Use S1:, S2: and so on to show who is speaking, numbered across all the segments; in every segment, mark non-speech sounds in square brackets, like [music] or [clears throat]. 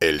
S1: El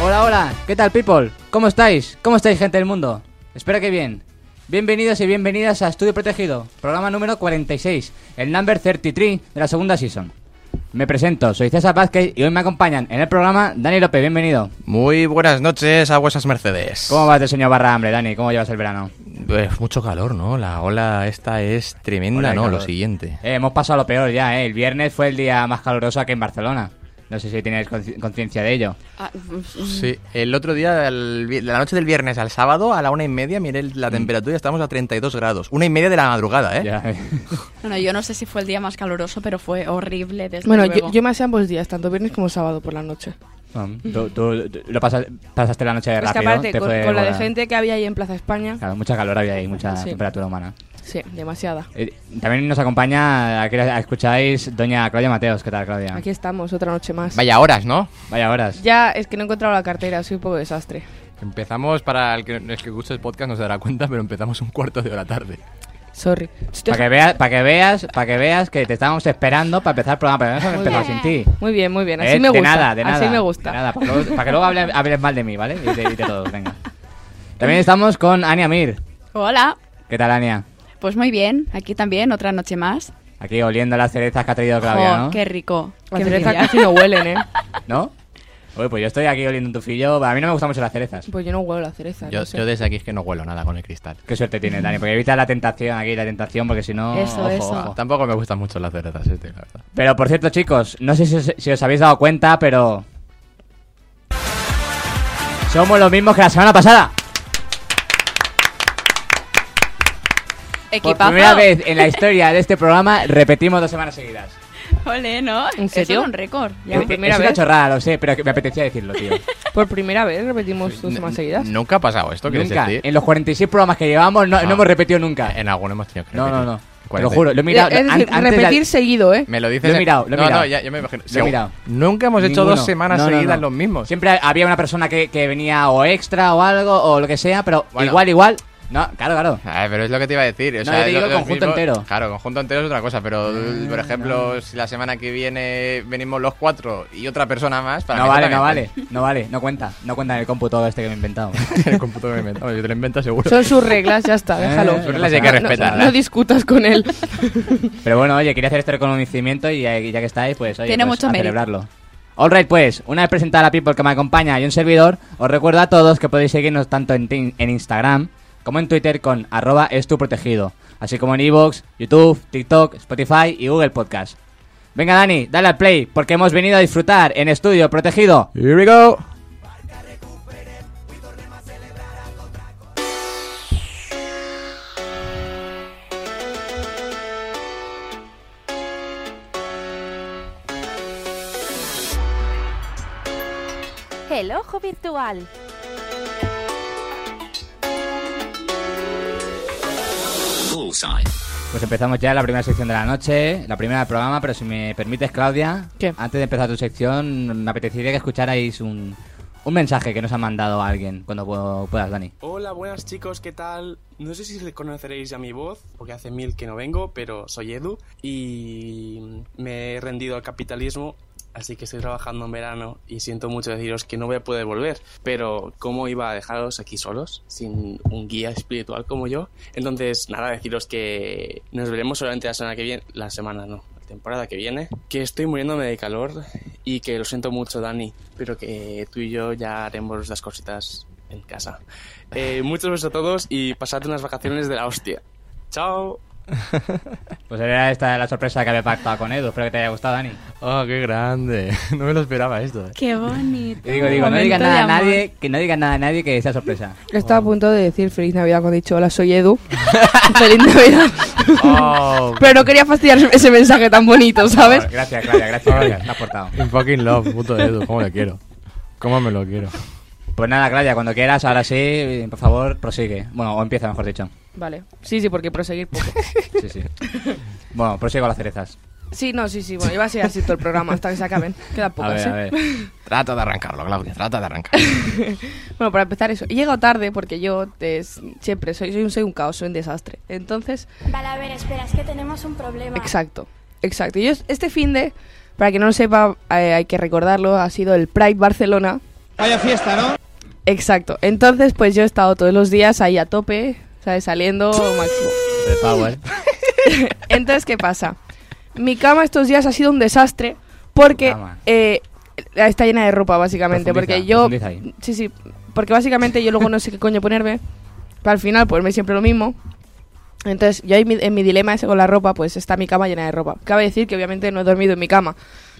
S2: Hola, hola, ¿qué tal, people? ¿Cómo estáis? ¿Cómo estáis, gente del mundo? Espero que bien. Bienvenidos y bienvenidas a Estudio Protegido, programa número 46, el number 33 de la segunda season. Me presento, soy César Vázquez y hoy me acompañan en el programa Dani López, bienvenido.
S3: Muy buenas noches a vuestras mercedes.
S2: ¿Cómo vas del señor Barra Hambre, Dani? ¿Cómo llevas el verano?
S3: Eh, mucho calor, ¿no? La ola esta es tremenda,
S2: Hola,
S3: ¿no? Lo
S2: calor.
S3: siguiente.
S2: Eh, hemos pasado lo peor ya, ¿eh? El viernes fue el día más caluroso aquí en Barcelona. No sé si tenéis consci- conciencia de ello.
S4: Ah,
S2: Mm.
S3: Sí, el otro día, el vi- la noche del viernes al sábado, a la una y media, miré el- la temperatura y estábamos a 32 grados. Una y media de la madrugada, ¿eh?
S2: Mm. Ya. [laughs]
S4: Bueno, yo no sé si fue el día más caluroso, pero fue horrible desde
S5: Bueno,
S4: luego.
S5: yo, yo me hacía ambos días, tanto viernes como sábado por la noche.
S2: Um, tú, tú- tú lo pasas- pasaste la noche
S5: es que
S2: rápido.
S5: aparte,
S2: te
S5: con,
S2: fue Ah.
S5: con la de
S2: volada.
S5: gente que había ahí en Plaza España,
S2: Claro, mucha calor había ahí, mucha
S5: Sí.
S2: temperatura humana.
S5: sí, demasiada.
S2: Eh, también nos acompaña, aquí la escucháis, doña Claudia Mateos. ¿Qué tal, Claudia?
S5: Aquí estamos, otra noche más.
S3: Vaya horas, ¿no?
S2: Vaya horas.
S5: Ya es que no he encontrado la cartera, soy un poco desastre.
S3: Empezamos, para el que, el que escuche el podcast no se dará cuenta, pero empezamos un cuarto de hora tarde.
S5: Sorry.
S2: Para que veas, para que veas, para que veas que te estábamos esperando para empezar el programa, pero no hemos empezado sin ti.
S5: Muy bien, muy bien,
S2: Eh,
S5: así
S2: de
S5: me gusta.
S2: nada, de nada.
S5: Así me gusta.
S2: de nada,
S5: [laughs]
S2: para, que luego- para que luego hable- hables, mal de mí, ¿vale? Y de, y de todos, venga.
S5: [laughs]
S2: También estamos con Ania Mir.
S4: Hola,
S2: ¿Qué tal, Ania?
S4: pues muy bien, aquí también, otra noche más.
S2: Aquí oliendo las cerezas que ha traído Claudia,
S4: Jo,
S2: ¿no?
S4: Qué rico.
S5: Las
S4: qué
S5: cerezas
S4: envidia.
S5: casi no huelen, ¿eh.
S2: ¿No? Uy, pues yo estoy aquí oliendo un tufillo. A mí no me gustan mucho las cerezas.
S5: Pues yo no huelo la cereza.
S3: Yo,
S5: no sé.
S3: yo desde aquí es que no huelo nada con el cristal.
S2: Qué suerte tienes, Dani, porque evita la tentación aquí, la tentación, porque si no.
S4: Eso,
S2: ojo,
S4: eso.
S2: ojo.
S3: Tampoco me gustan mucho las cerezas, este, la verdad.
S2: Pero por cierto, chicos, no sé si os, si os habéis dado cuenta, pero. Somos los mismos que la semana pasada. Por
S4: Equipazo.
S2: primera vez en la historia de este programa repetimos dos semanas seguidas.
S4: Ole, ¿no?
S5: ¿En
S4: Eso
S5: serio?
S4: es un récord. ya.
S5: ¿Por
S2: Eh,
S5: primera
S2: es una
S5: vez?
S2: chorrada, lo sé, pero que me apetecía decirlo,
S3: [laughs]
S2: tío.
S5: Por primera vez repetimos dos
S3: N-
S5: semanas seguidas.
S3: Nunca ha pasado esto, ¿quieres
S2: nunca.
S3: decir?
S2: En los 46 programas que llevamos no, no
S3: Ah.
S2: hemos repetido nunca.
S3: En alguno hemos tenido que
S2: No, no,
S3: repetir.
S2: no. Te lo
S3: Cuarenta y-
S2: juro, lo he mirado.
S5: Eh, es decir,
S2: an- antes de-
S5: repetir seguido, ¿eh?
S3: Me lo dices.
S2: Lo he
S3: en-
S2: mirado, lo he
S3: no,
S2: mirado.
S3: No, ya, yo me imagino.
S2: he
S3: Segu-
S2: mirado.
S3: Nunca hemos hecho
S2: Ninguno.
S3: dos semanas
S2: No, no,
S3: seguidas
S2: no.
S3: los
S2: [laughs]
S3: mismos.
S2: Siempre había una persona que, que venía o extra o algo o lo que sea, pero
S3: Bueno.
S2: igual, igual. No, claro, claro.
S3: Ay, pero es lo que te iba a decir. O
S2: No, yo
S3: sea,
S2: te digo
S3: lo-
S2: el
S3: los
S2: conjunto
S3: mismos-
S2: entero. Mm.
S3: Claro, conjunto entero es otra cosa, pero por ejemplo, si la semana que viene venimos los cuatro y otra persona más, para
S2: No
S3: mí
S2: vale,
S3: eso
S2: no vale,
S3: también
S2: no vale, no cuenta, no cuenta en el cómputo todo este que me he inventado.
S3: cuenta. [laughs] el computador me inventa. Bueno, yo te lo invento seguro.
S5: Son sus reglas, ya está,
S2: Eh,
S5: déjalo.
S2: sus
S3: reglas hay que
S5: No- no-
S3: respetarlas.
S5: No, discutas con él.
S2: Pero bueno, oye, quería hacer este reconocimiento y ya, ya que estáis, pues oye,
S4: Tiene
S2: pues,
S4: mucho
S2: a
S4: mérito.
S2: celebrarlo. All right, pues, una vez presentada la people que me acompaña y un servidor, os recuerdo a todos que podéis seguirnos tanto en, tin- en Instagram como en Twitter con arroba estuprotegido, así como en Evox, YouTube, TikTok, Spotify y Google Podcast. Venga, Dani, dale al play, porque hemos venido a disfrutar en Estudio Protegido.
S3: Here we go.
S6: El ojo virtual.
S2: Pues empezamos ya la primera sección de la noche, la primera del programa, pero si me permites, Claudia,
S5: ¿Qué?
S2: antes de empezar tu sección, me apetecería que escucharais un, un mensaje que nos ha mandado alguien cuando pu- puedas, Dani.
S7: Hola, buenas chicos, ¿qué tal? No sé si reconoceréis ya mi voz, porque hace mil que no vengo, pero soy Edu y me he rendido al capitalismo, así que estoy trabajando en verano y siento mucho deciros que no voy a poder volver, pero ¿cómo iba a dejaros aquí solos, sin un guía espiritual como yo? Entonces, nada, deciros que nos veremos solamente la semana que viene, la semana no, la temporada que viene, que estoy muriéndome de calor y que lo siento mucho, Dani, pero que tú y yo ya haremos las cositas en casa. Eh, muchos besos a todos y pasad unas vacaciones de la hostia. Chao.
S2: Pues era esta la sorpresa que había pactado con Edu. Espero que te haya gustado, Dani.
S3: Oh, qué grande. [laughs] No me lo esperaba
S2: [laughs]
S3: esto. eh.
S4: Qué bonito.
S2: Y digo, digo, no
S4: Momento
S2: digas
S4: de
S2: nada a
S4: amor.
S2: nadie, que no diga nada a nadie que sea sorpresa.
S5: Estaba a punto de decir feliz Navidad cuando he dicho hola, soy Edu. [laughs] feliz Navidad.
S3: Oh,
S5: Pero no quería fastidiar ese mensaje tan
S2: Ah,
S5: bonito, ¿sabes?
S2: Bueno, Gracias, Claudia, gracias, gracias. Te has portado.
S3: in fucking love, puto Edu. ¿Cómo le quiero? ¿Cómo me lo quiero?
S2: Pues nada, Claudia, cuando quieras, ahora sí, por favor, prosigue. Bueno, o empieza, mejor dicho.
S5: Vale. Sí, sí, porque
S2: [laughs]
S5: proseguir poco.
S4: [laughs]
S2: Sí, sí. Bueno, prosigo a las cerezas.
S5: Sí, no, sí, sí. Bueno, iba a ser así todo el programa hasta que se acaben. ¿eh? Queda
S2: A
S4: Pues
S5: poco,
S2: ver,
S5: ¿sí?
S2: a ver.
S3: Trata de arrancarlo, Claudia. Trata de arrancarlo.
S5: Bueno, para empezar eso. He llegado tarde porque yo eh, siempre soy, soy, un, soy un caos, soy un desastre. Entonces,
S8: Vale, a ver, espera, es que tenemos un problema.
S5: exacto, exacto. Y yo este fin de, para que no lo sepa, eh, hay que recordarlo, ha sido el Pride Barcelona.
S9: Vaya fiesta, ¿no?
S5: Exacto. Entonces, pues yo he estado todos los días ahí a tope, ¿sabes? Saliendo lo máximo.
S2: De Power.
S5: Entonces, ¿qué pasa? Mi cama estos días ha sido un desastre porque
S2: Cama.
S5: eh, está llena de ropa, básicamente.
S2: Profundiza,
S5: Porque yo.
S2: profundiza ahí.
S5: Sí, sí. Porque básicamente yo luego no sé qué coño ponerme. Pero al final ponerme siempre lo mismo. Entonces, yo ahí mi- en mi dilema ese con la ropa, pues está mi cama llena de ropa. Cabe decir que obviamente no he dormido en mi cama.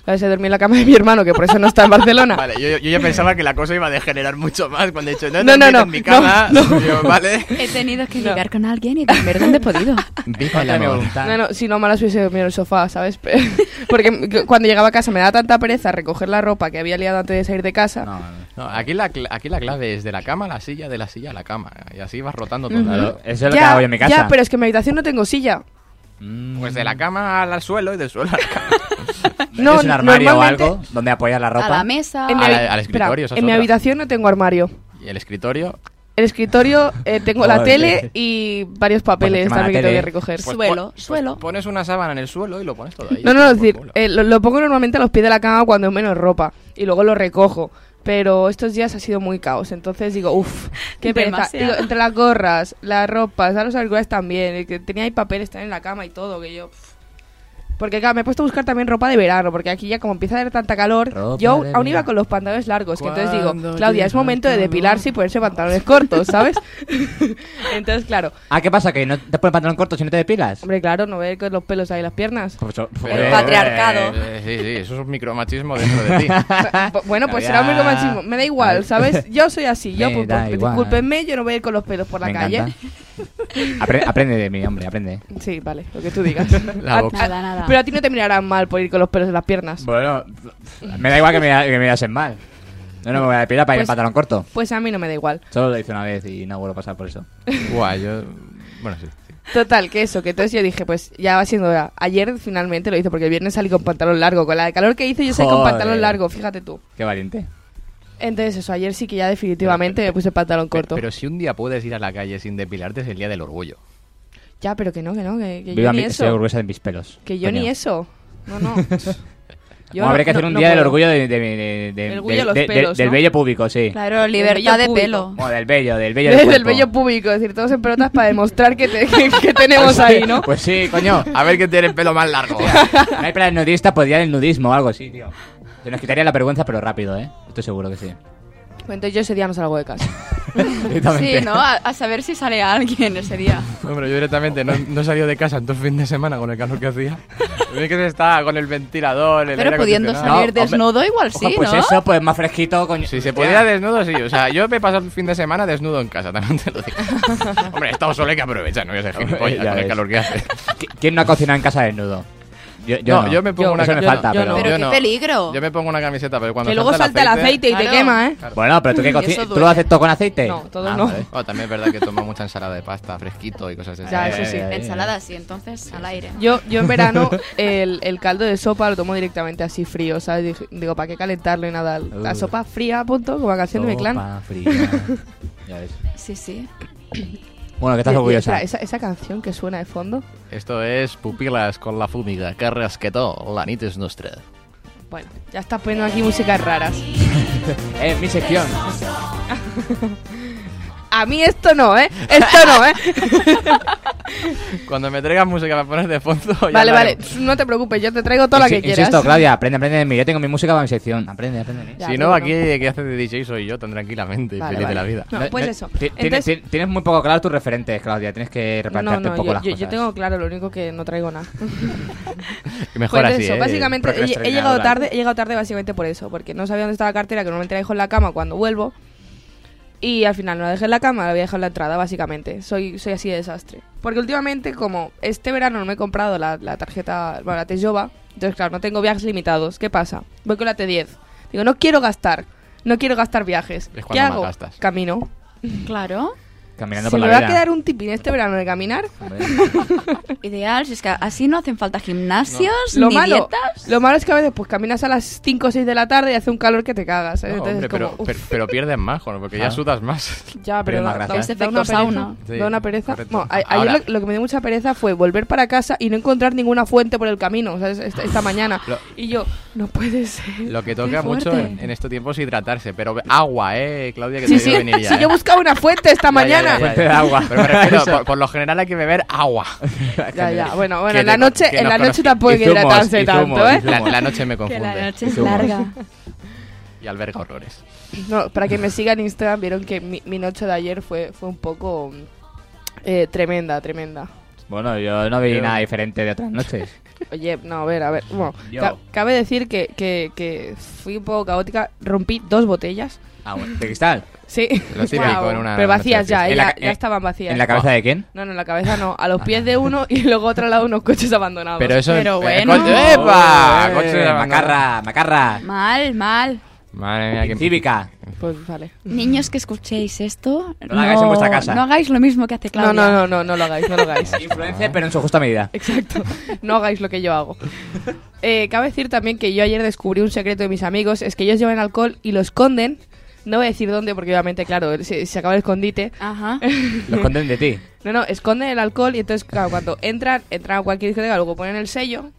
S5: A veces he dormido en la cama de mi hermano, que por eso no está
S2: [laughs]
S5: en Barcelona.
S3: Vale, yo, yo ya pensaba que la cosa iba a degenerar mucho más cuando he dicho, no,
S5: No,
S3: no,
S5: no,
S3: no,
S5: no,
S3: en mi cama,
S5: no, no.
S3: yo, ¿vale?
S4: He tenido que ligar con alguien y dormir donde he
S2: [laughs]
S4: podido.
S3: Viva el
S2: Contra mi
S3: amor.
S2: voluntad.
S5: No, no, si no, malas hubiese dormido en el sofá, ¿sabes? [laughs] Porque cu- cuando llegaba a casa me daba tanta pereza recoger la ropa que había liado antes de salir de casa.
S2: No, no.
S3: No, aquí, la, cl- aquí la clave es de la cama a la silla, de la silla a la cama. Y así vas rotando todo.
S2: Claro, eso es lo que hago yo en mi casa.
S5: Ya, pero es que en mi habitación no tengo silla.
S2: Mm.
S3: Pues de la cama al suelo y del suelo a la
S5: [laughs]
S3: cama.
S5: No,
S2: ¿Es un armario o
S5: normalmente-
S2: algo donde apoyas la ropa?
S4: A la mesa.
S5: En mi
S3: Al-
S5: habi-
S3: al escritorio, esa es
S5: en mi
S3: otra.
S5: habitación no tengo armario.
S3: Y el escritorio,
S5: El escritorio eh,
S2: [laughs]
S5: tengo la
S2: Joder.
S5: tele y varios papeles
S2: Bueno, encima la
S5: también que tengo
S2: tele.
S5: que recoger.
S3: Pues
S4: Suelo,
S3: pon- pues
S4: suelo.
S3: pones una sábana en el suelo y lo pones todo ahí.
S5: No, no, no,
S3: por
S5: es decir,
S3: culo.
S5: eh, lo, lo pongo normalmente a los pies de la cama cuando es menos ropa y luego lo recojo. Pero estos días ha sido muy caos, entonces digo, uff, qué pereza.
S4: Demasiado.
S5: Digo, entre las gorras, las ropas, a los auriculares también, el que tenía ahí papeles también en la cama y todo, que yo... pff. Porque claro, me he puesto a buscar también ropa de verano, porque aquí ya como empieza a hacer tanta calor,
S2: Ropa
S5: yo
S2: de
S5: aún iba
S2: verano.
S5: con los pantalones largos, que entonces digo,
S3: Cuando
S5: Claudia, es
S3: llega
S5: momento de
S3: todo.
S5: depilarse y ponerse pantalones cortos, ¿sabes? [laughs] entonces, claro,
S2: Ah, ¿qué pasa? ¿Que no te pones pantalón corto si no te depilas?
S5: hombre, claro, no ver con los pelos ahí en las piernas.
S2: Pues,
S3: Pero-
S2: eh,
S4: patriarcado.
S3: Eh, sí, sí, eso es un micromachismo dentro de ti.
S5: [laughs]
S2: [laughs] Ah,
S5: Ba- bu- Bueno, pues será
S2: Había-
S5: un machismo. Me da igual, ¿sabes? Yo soy así.
S2: [laughs]
S5: Yo,
S2: Me
S5: pues,
S2: da
S5: pues,
S2: igual.
S5: discúlpenme, yo no voy a ir con los pelos por la
S2: Me
S5: calle.
S2: encanta. [laughs] Apre- aprende de mí, hombre, aprende.
S5: Sí, vale, lo que
S2: [laughs]
S5: tú digas.
S3: La
S5: A-
S3: box.
S5: a-
S4: Nada, nada.
S5: Pero a ti no te mirarán mal por ir con los pelos en las piernas.
S2: Bueno, me da igual que me, que me hacen mal. No, no me voy a depilar para ir en
S5: Pues-
S2: pantalón corto.
S5: Pues a mí no me da igual.
S2: Solo lo hice una vez y no vuelvo a pasar por eso.
S3: Guay, yo... Bueno, sí. sí.
S5: Total, que eso, que entonces yo dije, pues ya va siendo hora. Ayer finalmente lo hice porque el viernes salí con pantalón largo. Con la de calor que hice, yo salí con
S2: Joder.
S5: pantalón largo, fíjate tú.
S2: Qué valiente.
S5: Entonces, eso, ayer sí que ya definitivamente me puse pantalón corto.
S3: Pero si un día puedes ir a la calle sin depilarte es el día del
S5: [laughs]
S3: orgullo.
S5: ya, pero que no, que no, que, que yo
S2: Viva
S5: ni
S2: mi, soy
S5: eso.
S2: orgullosa de mis pelos.
S5: Que yo
S2: Coño.
S5: ni eso.
S2: [laughs]
S5: No, no. Yo
S2: Bueno,
S5: no-
S2: habría que
S5: no-
S2: hacer un
S5: no
S2: día del
S5: puedo.
S2: orgullo de, de, de- de-
S5: El orgullo de los
S2: de- de-
S5: pelos,
S2: del
S5: ¿no?
S2: bello público, sí.
S4: Claro,
S5: bello
S4: libertad de
S5: público.
S4: pelo.
S2: O del bello, del
S5: [laughs]
S2: bello del
S5: Desde el
S2: cuerpo.
S5: bello público, es decir, todos en pelotas para demostrar que, te- [laughs] que-
S2: [laughs]
S5: que tenemos ahí, ¿no?
S2: Pues sí, coño.
S3: A ver quién tiene el pelo más
S5: [laughs]
S3: largo.
S2: No hay plan nudista, podría el nudismo o algo así, tío. Se nos quitaría la vergüenza, pero rápido, ¿eh? Estoy seguro que sí.
S5: Entonces yo ese día no salgo de casa.
S4: Sí, ¿no? A, a saber si sale alguien ese día.
S3: Hombre, yo directamente no, no he salido de casa en todo el fin de semana con el calor que hacía. Es que se está con el ventilador, el
S4: Pero
S3: aire
S4: pudiendo
S3: acondicionado.
S4: salir
S2: No, hombre.
S4: desnudo, igual
S2: Ojo,
S4: sí,
S2: pues
S4: ¿no?
S2: eso, pues más fresquito, coño.
S3: Si se
S2: Hostia.
S3: pudiera desnudo, sí. O sea, yo me he pasado el fin de semana desnudo en casa, también te lo digo.
S5: [laughs]
S3: Hombre, he estado solo hay que aprovechar, no voy a ser gilipollas
S2: Ya
S3: con
S2: ves.
S3: el calor que hace.
S2: ¿Qui- ¿Quién no ha cocinado en casa desnudo? Yo, yo
S3: no,
S2: no,
S3: yo me pongo
S5: Yo-
S3: una
S2: Eso me
S3: camiseta.
S2: falta, pero-
S4: Pero
S3: yo
S4: qué
S3: no.
S4: peligro.
S3: Yo me pongo una camiseta, pero cuando
S5: que luego salta el aceite y
S4: Claro.
S5: te quema, ¿eh?
S2: Bueno, pero tú qué
S4: Y
S2: cocinas.
S4: eso
S2: ¿Tú
S4: duele.
S2: lo haces todo con aceite?
S5: No, todo
S2: Ah,
S5: no.
S2: vale.
S3: Oh, también es verdad que tomo mucha ensalada de pasta, fresquito y cosas así.
S5: Ya, Ah, eso sí.
S2: ya, ya.
S4: Ensalada sí, entonces al aire.
S5: Yo, yo en verano el, el caldo de sopa lo tomo directamente así frío, ¿sabes? Dije- Digo, ¿para qué calentarlo y nada? La
S2: Uh.
S5: sopa fría, punto, como la canción de mi clan.
S2: eh, Sopa fría. Ya ves.
S4: Sí, sí.
S2: Bueno, que estás orgullosa.
S5: esa, esa canción que suena de fondo.
S3: Esto es pupilas con la fúmiga, que rasquetó, la nit es nuestra.
S5: Bueno, ya estás poniendo aquí músicas raras.
S2: Eh, mi sección.
S5: a mí esto no, ¿eh? Esto no,
S2: [laughs]
S5: ¿eh?
S2: Pues
S3: Cuando me traigas música para poner de fondo. ya
S5: vale, vale,
S3: hablaremos.
S5: no te preocupes, yo te traigo toda la que
S2: Insi-
S5: quieras.
S2: Insisto, Claudia, aprende, aprende de mí. Yo tengo mi música para mi sección. Aprende, aprende de mí.
S5: Ya,
S3: Si
S5: pero
S3: no,
S5: no.
S3: aquí el que hace de DJ soy yo, tan tranquilamente,
S5: Vale,
S3: feliz de
S5: vale.
S3: la vida.
S5: No, pues eso.
S2: ti- Tienes,
S5: Entonces-
S2: tienes- tienes muy poco claro tus referentes, Claudia. Tienes que
S5: No,
S2: replantearte
S5: no,
S2: un poco
S5: yo,
S2: las
S5: yo- yo
S2: cosas.
S5: tengo claro, lo único que no traigo nada.
S3: Mejor
S5: pues
S3: así.
S5: eso,
S3: ¿eh?
S5: básicamente he, he llegado
S3: Procrastinadora.
S5: tarde, he llegado tarde básicamente por eso, porque no sabía dónde estaba la cartera, que normalmente la dejo en la cama cuando vuelvo. Y al final no la dejé en la cama, la había dejado en la entrada, básicamente. Soy, soy así de desastre. Porque últimamente, como este verano no me he comprado la, la tarjeta, bueno, la T-Jova, entonces claro, no tengo viajes limitados. ¿Qué pasa? Voy con la T10. Digo, no quiero gastar, no quiero gastar viajes.
S3: Es cuando
S5: ¿Qué
S3: más
S5: hago?
S3: gastas.
S5: Camino.
S4: Claro.
S2: Caminando
S5: Se
S2: por
S5: me
S2: la
S5: va
S2: vida.
S5: a quedar un tipín este verano de caminar.
S2: Hombre.
S4: Ideal, si es que así no hacen falta gimnasios,
S5: Lo
S4: ni
S5: malo,
S4: dietas.
S5: lo malo es que a veces pues caminas a las 5 o 6 de la tarde y hace un calor que te cagas. ¿eh?
S3: No,
S5: Entonces,
S3: hombre,
S5: como,
S3: pero,
S5: uf,
S3: pero, pero pierdes más, Juan, porque ya
S2: Claro.
S3: sudas más.
S5: [laughs] ya,
S2: pero
S5: pero,
S2: más
S5: da- da,
S2: gracias.
S5: da
S4: Efecto
S5: una pereza.
S4: sauna.
S3: Sí,
S5: da una pereza.
S3: correcto.
S5: Bueno, a- ayer
S3: Ahora.
S5: lo, lo que me dio mucha pereza fue volver para casa y no encontrar ninguna fuente por el camino, o sea, es- esta, esta mañana.
S3: Lo-
S5: Y yo, no puede ser. [laughs]
S3: Lo que toca mucho
S4: fuerte.
S3: en, en estos tiempos es hidratarse, pero be- agua, eh, Claudia, que
S5: Sí,
S3: te
S5: sí,
S3: veo venir ya.
S5: sí,
S3: ¿eh?
S5: yo buscaba una fuente
S3: [laughs]
S5: esta
S3: Ya, ya, ya,
S5: mañana.
S3: ya,
S2: Fuente
S3: ya.
S2: de agua.
S3: Pero me
S5: [laughs]
S3: refiero,
S2: Eso.
S3: por, por lo general hay que beber agua.
S5: Ya, ya, Bueno, bueno,
S3: Que
S5: en la
S3: te-
S5: noche,
S3: que
S5: en
S3: nos
S5: la noche
S3: conozca.
S5: tampoco hay
S2: Y
S5: que
S2: zumos,
S5: hidratarse
S2: y
S5: tanto,
S2: zumos, y
S5: ¿eh?
S3: La, la
S5: [laughs]
S3: noche me confunde.
S4: es larga.
S3: Y alberga horrores.
S5: No, para que me sigan en Instagram vieron que mi, mi noche de ayer fue, fue un poco mm, eh, tremenda, tremenda.
S2: Bueno, yo no vi
S3: Yo-
S2: nada diferente de otras noches.
S5: Oye, no, a ver, a ver. Bueno,
S2: Yo.
S5: ca- cabe decir que, que, que fui un poco caótica. Rompí dos botellas.
S2: [laughs] Ah, bueno. ¿De cristal?
S5: Sí.
S3: Lo
S5: [laughs]
S3: típico en una noche
S5: Pero vacías
S3: de fiesta.
S5: ya, ¿eh?
S2: En la
S5: ya,
S2: ca-
S5: ya estaban vacías.
S2: ¿En la cabeza de quién?
S5: No, no, en la cabeza no. A los pies de uno y luego a otro lado unos coches abandonados.
S3: Pero eso.
S4: Pero
S3: eh,
S4: bueno.
S3: coche- ¡Epa!
S2: Eh,
S3: Coche de abandono.
S2: macarra, macarra.
S4: Mal, mal.
S3: Madre mía, que
S2: Cívica.
S5: Pues vale.
S4: Niños que escuchéis esto,
S2: No lo hagáis en vuestra casa.
S4: no hagáis lo mismo que hace Claudia.
S5: No, no, no, no, no lo hagáis, no lo
S3: [laughs]
S5: hagáis.
S2: Influencia, pero en su justa
S5: [laughs]
S2: medida.
S5: Exacto. No hagáis lo que yo
S4: [laughs]
S5: hago. Eh, cabe decir también que yo ayer descubrí un secreto de mis amigos. Es que ellos llevan alcohol y lo esconden. No voy a decir dónde porque obviamente, claro, se, se acaba el escondite. [laughs]
S4: Ajá.
S2: Lo esconden de ti.
S5: No, no, esconden el alcohol y entonces, claro, cuando entran, entran a cualquier discoteca, luego ponen el sello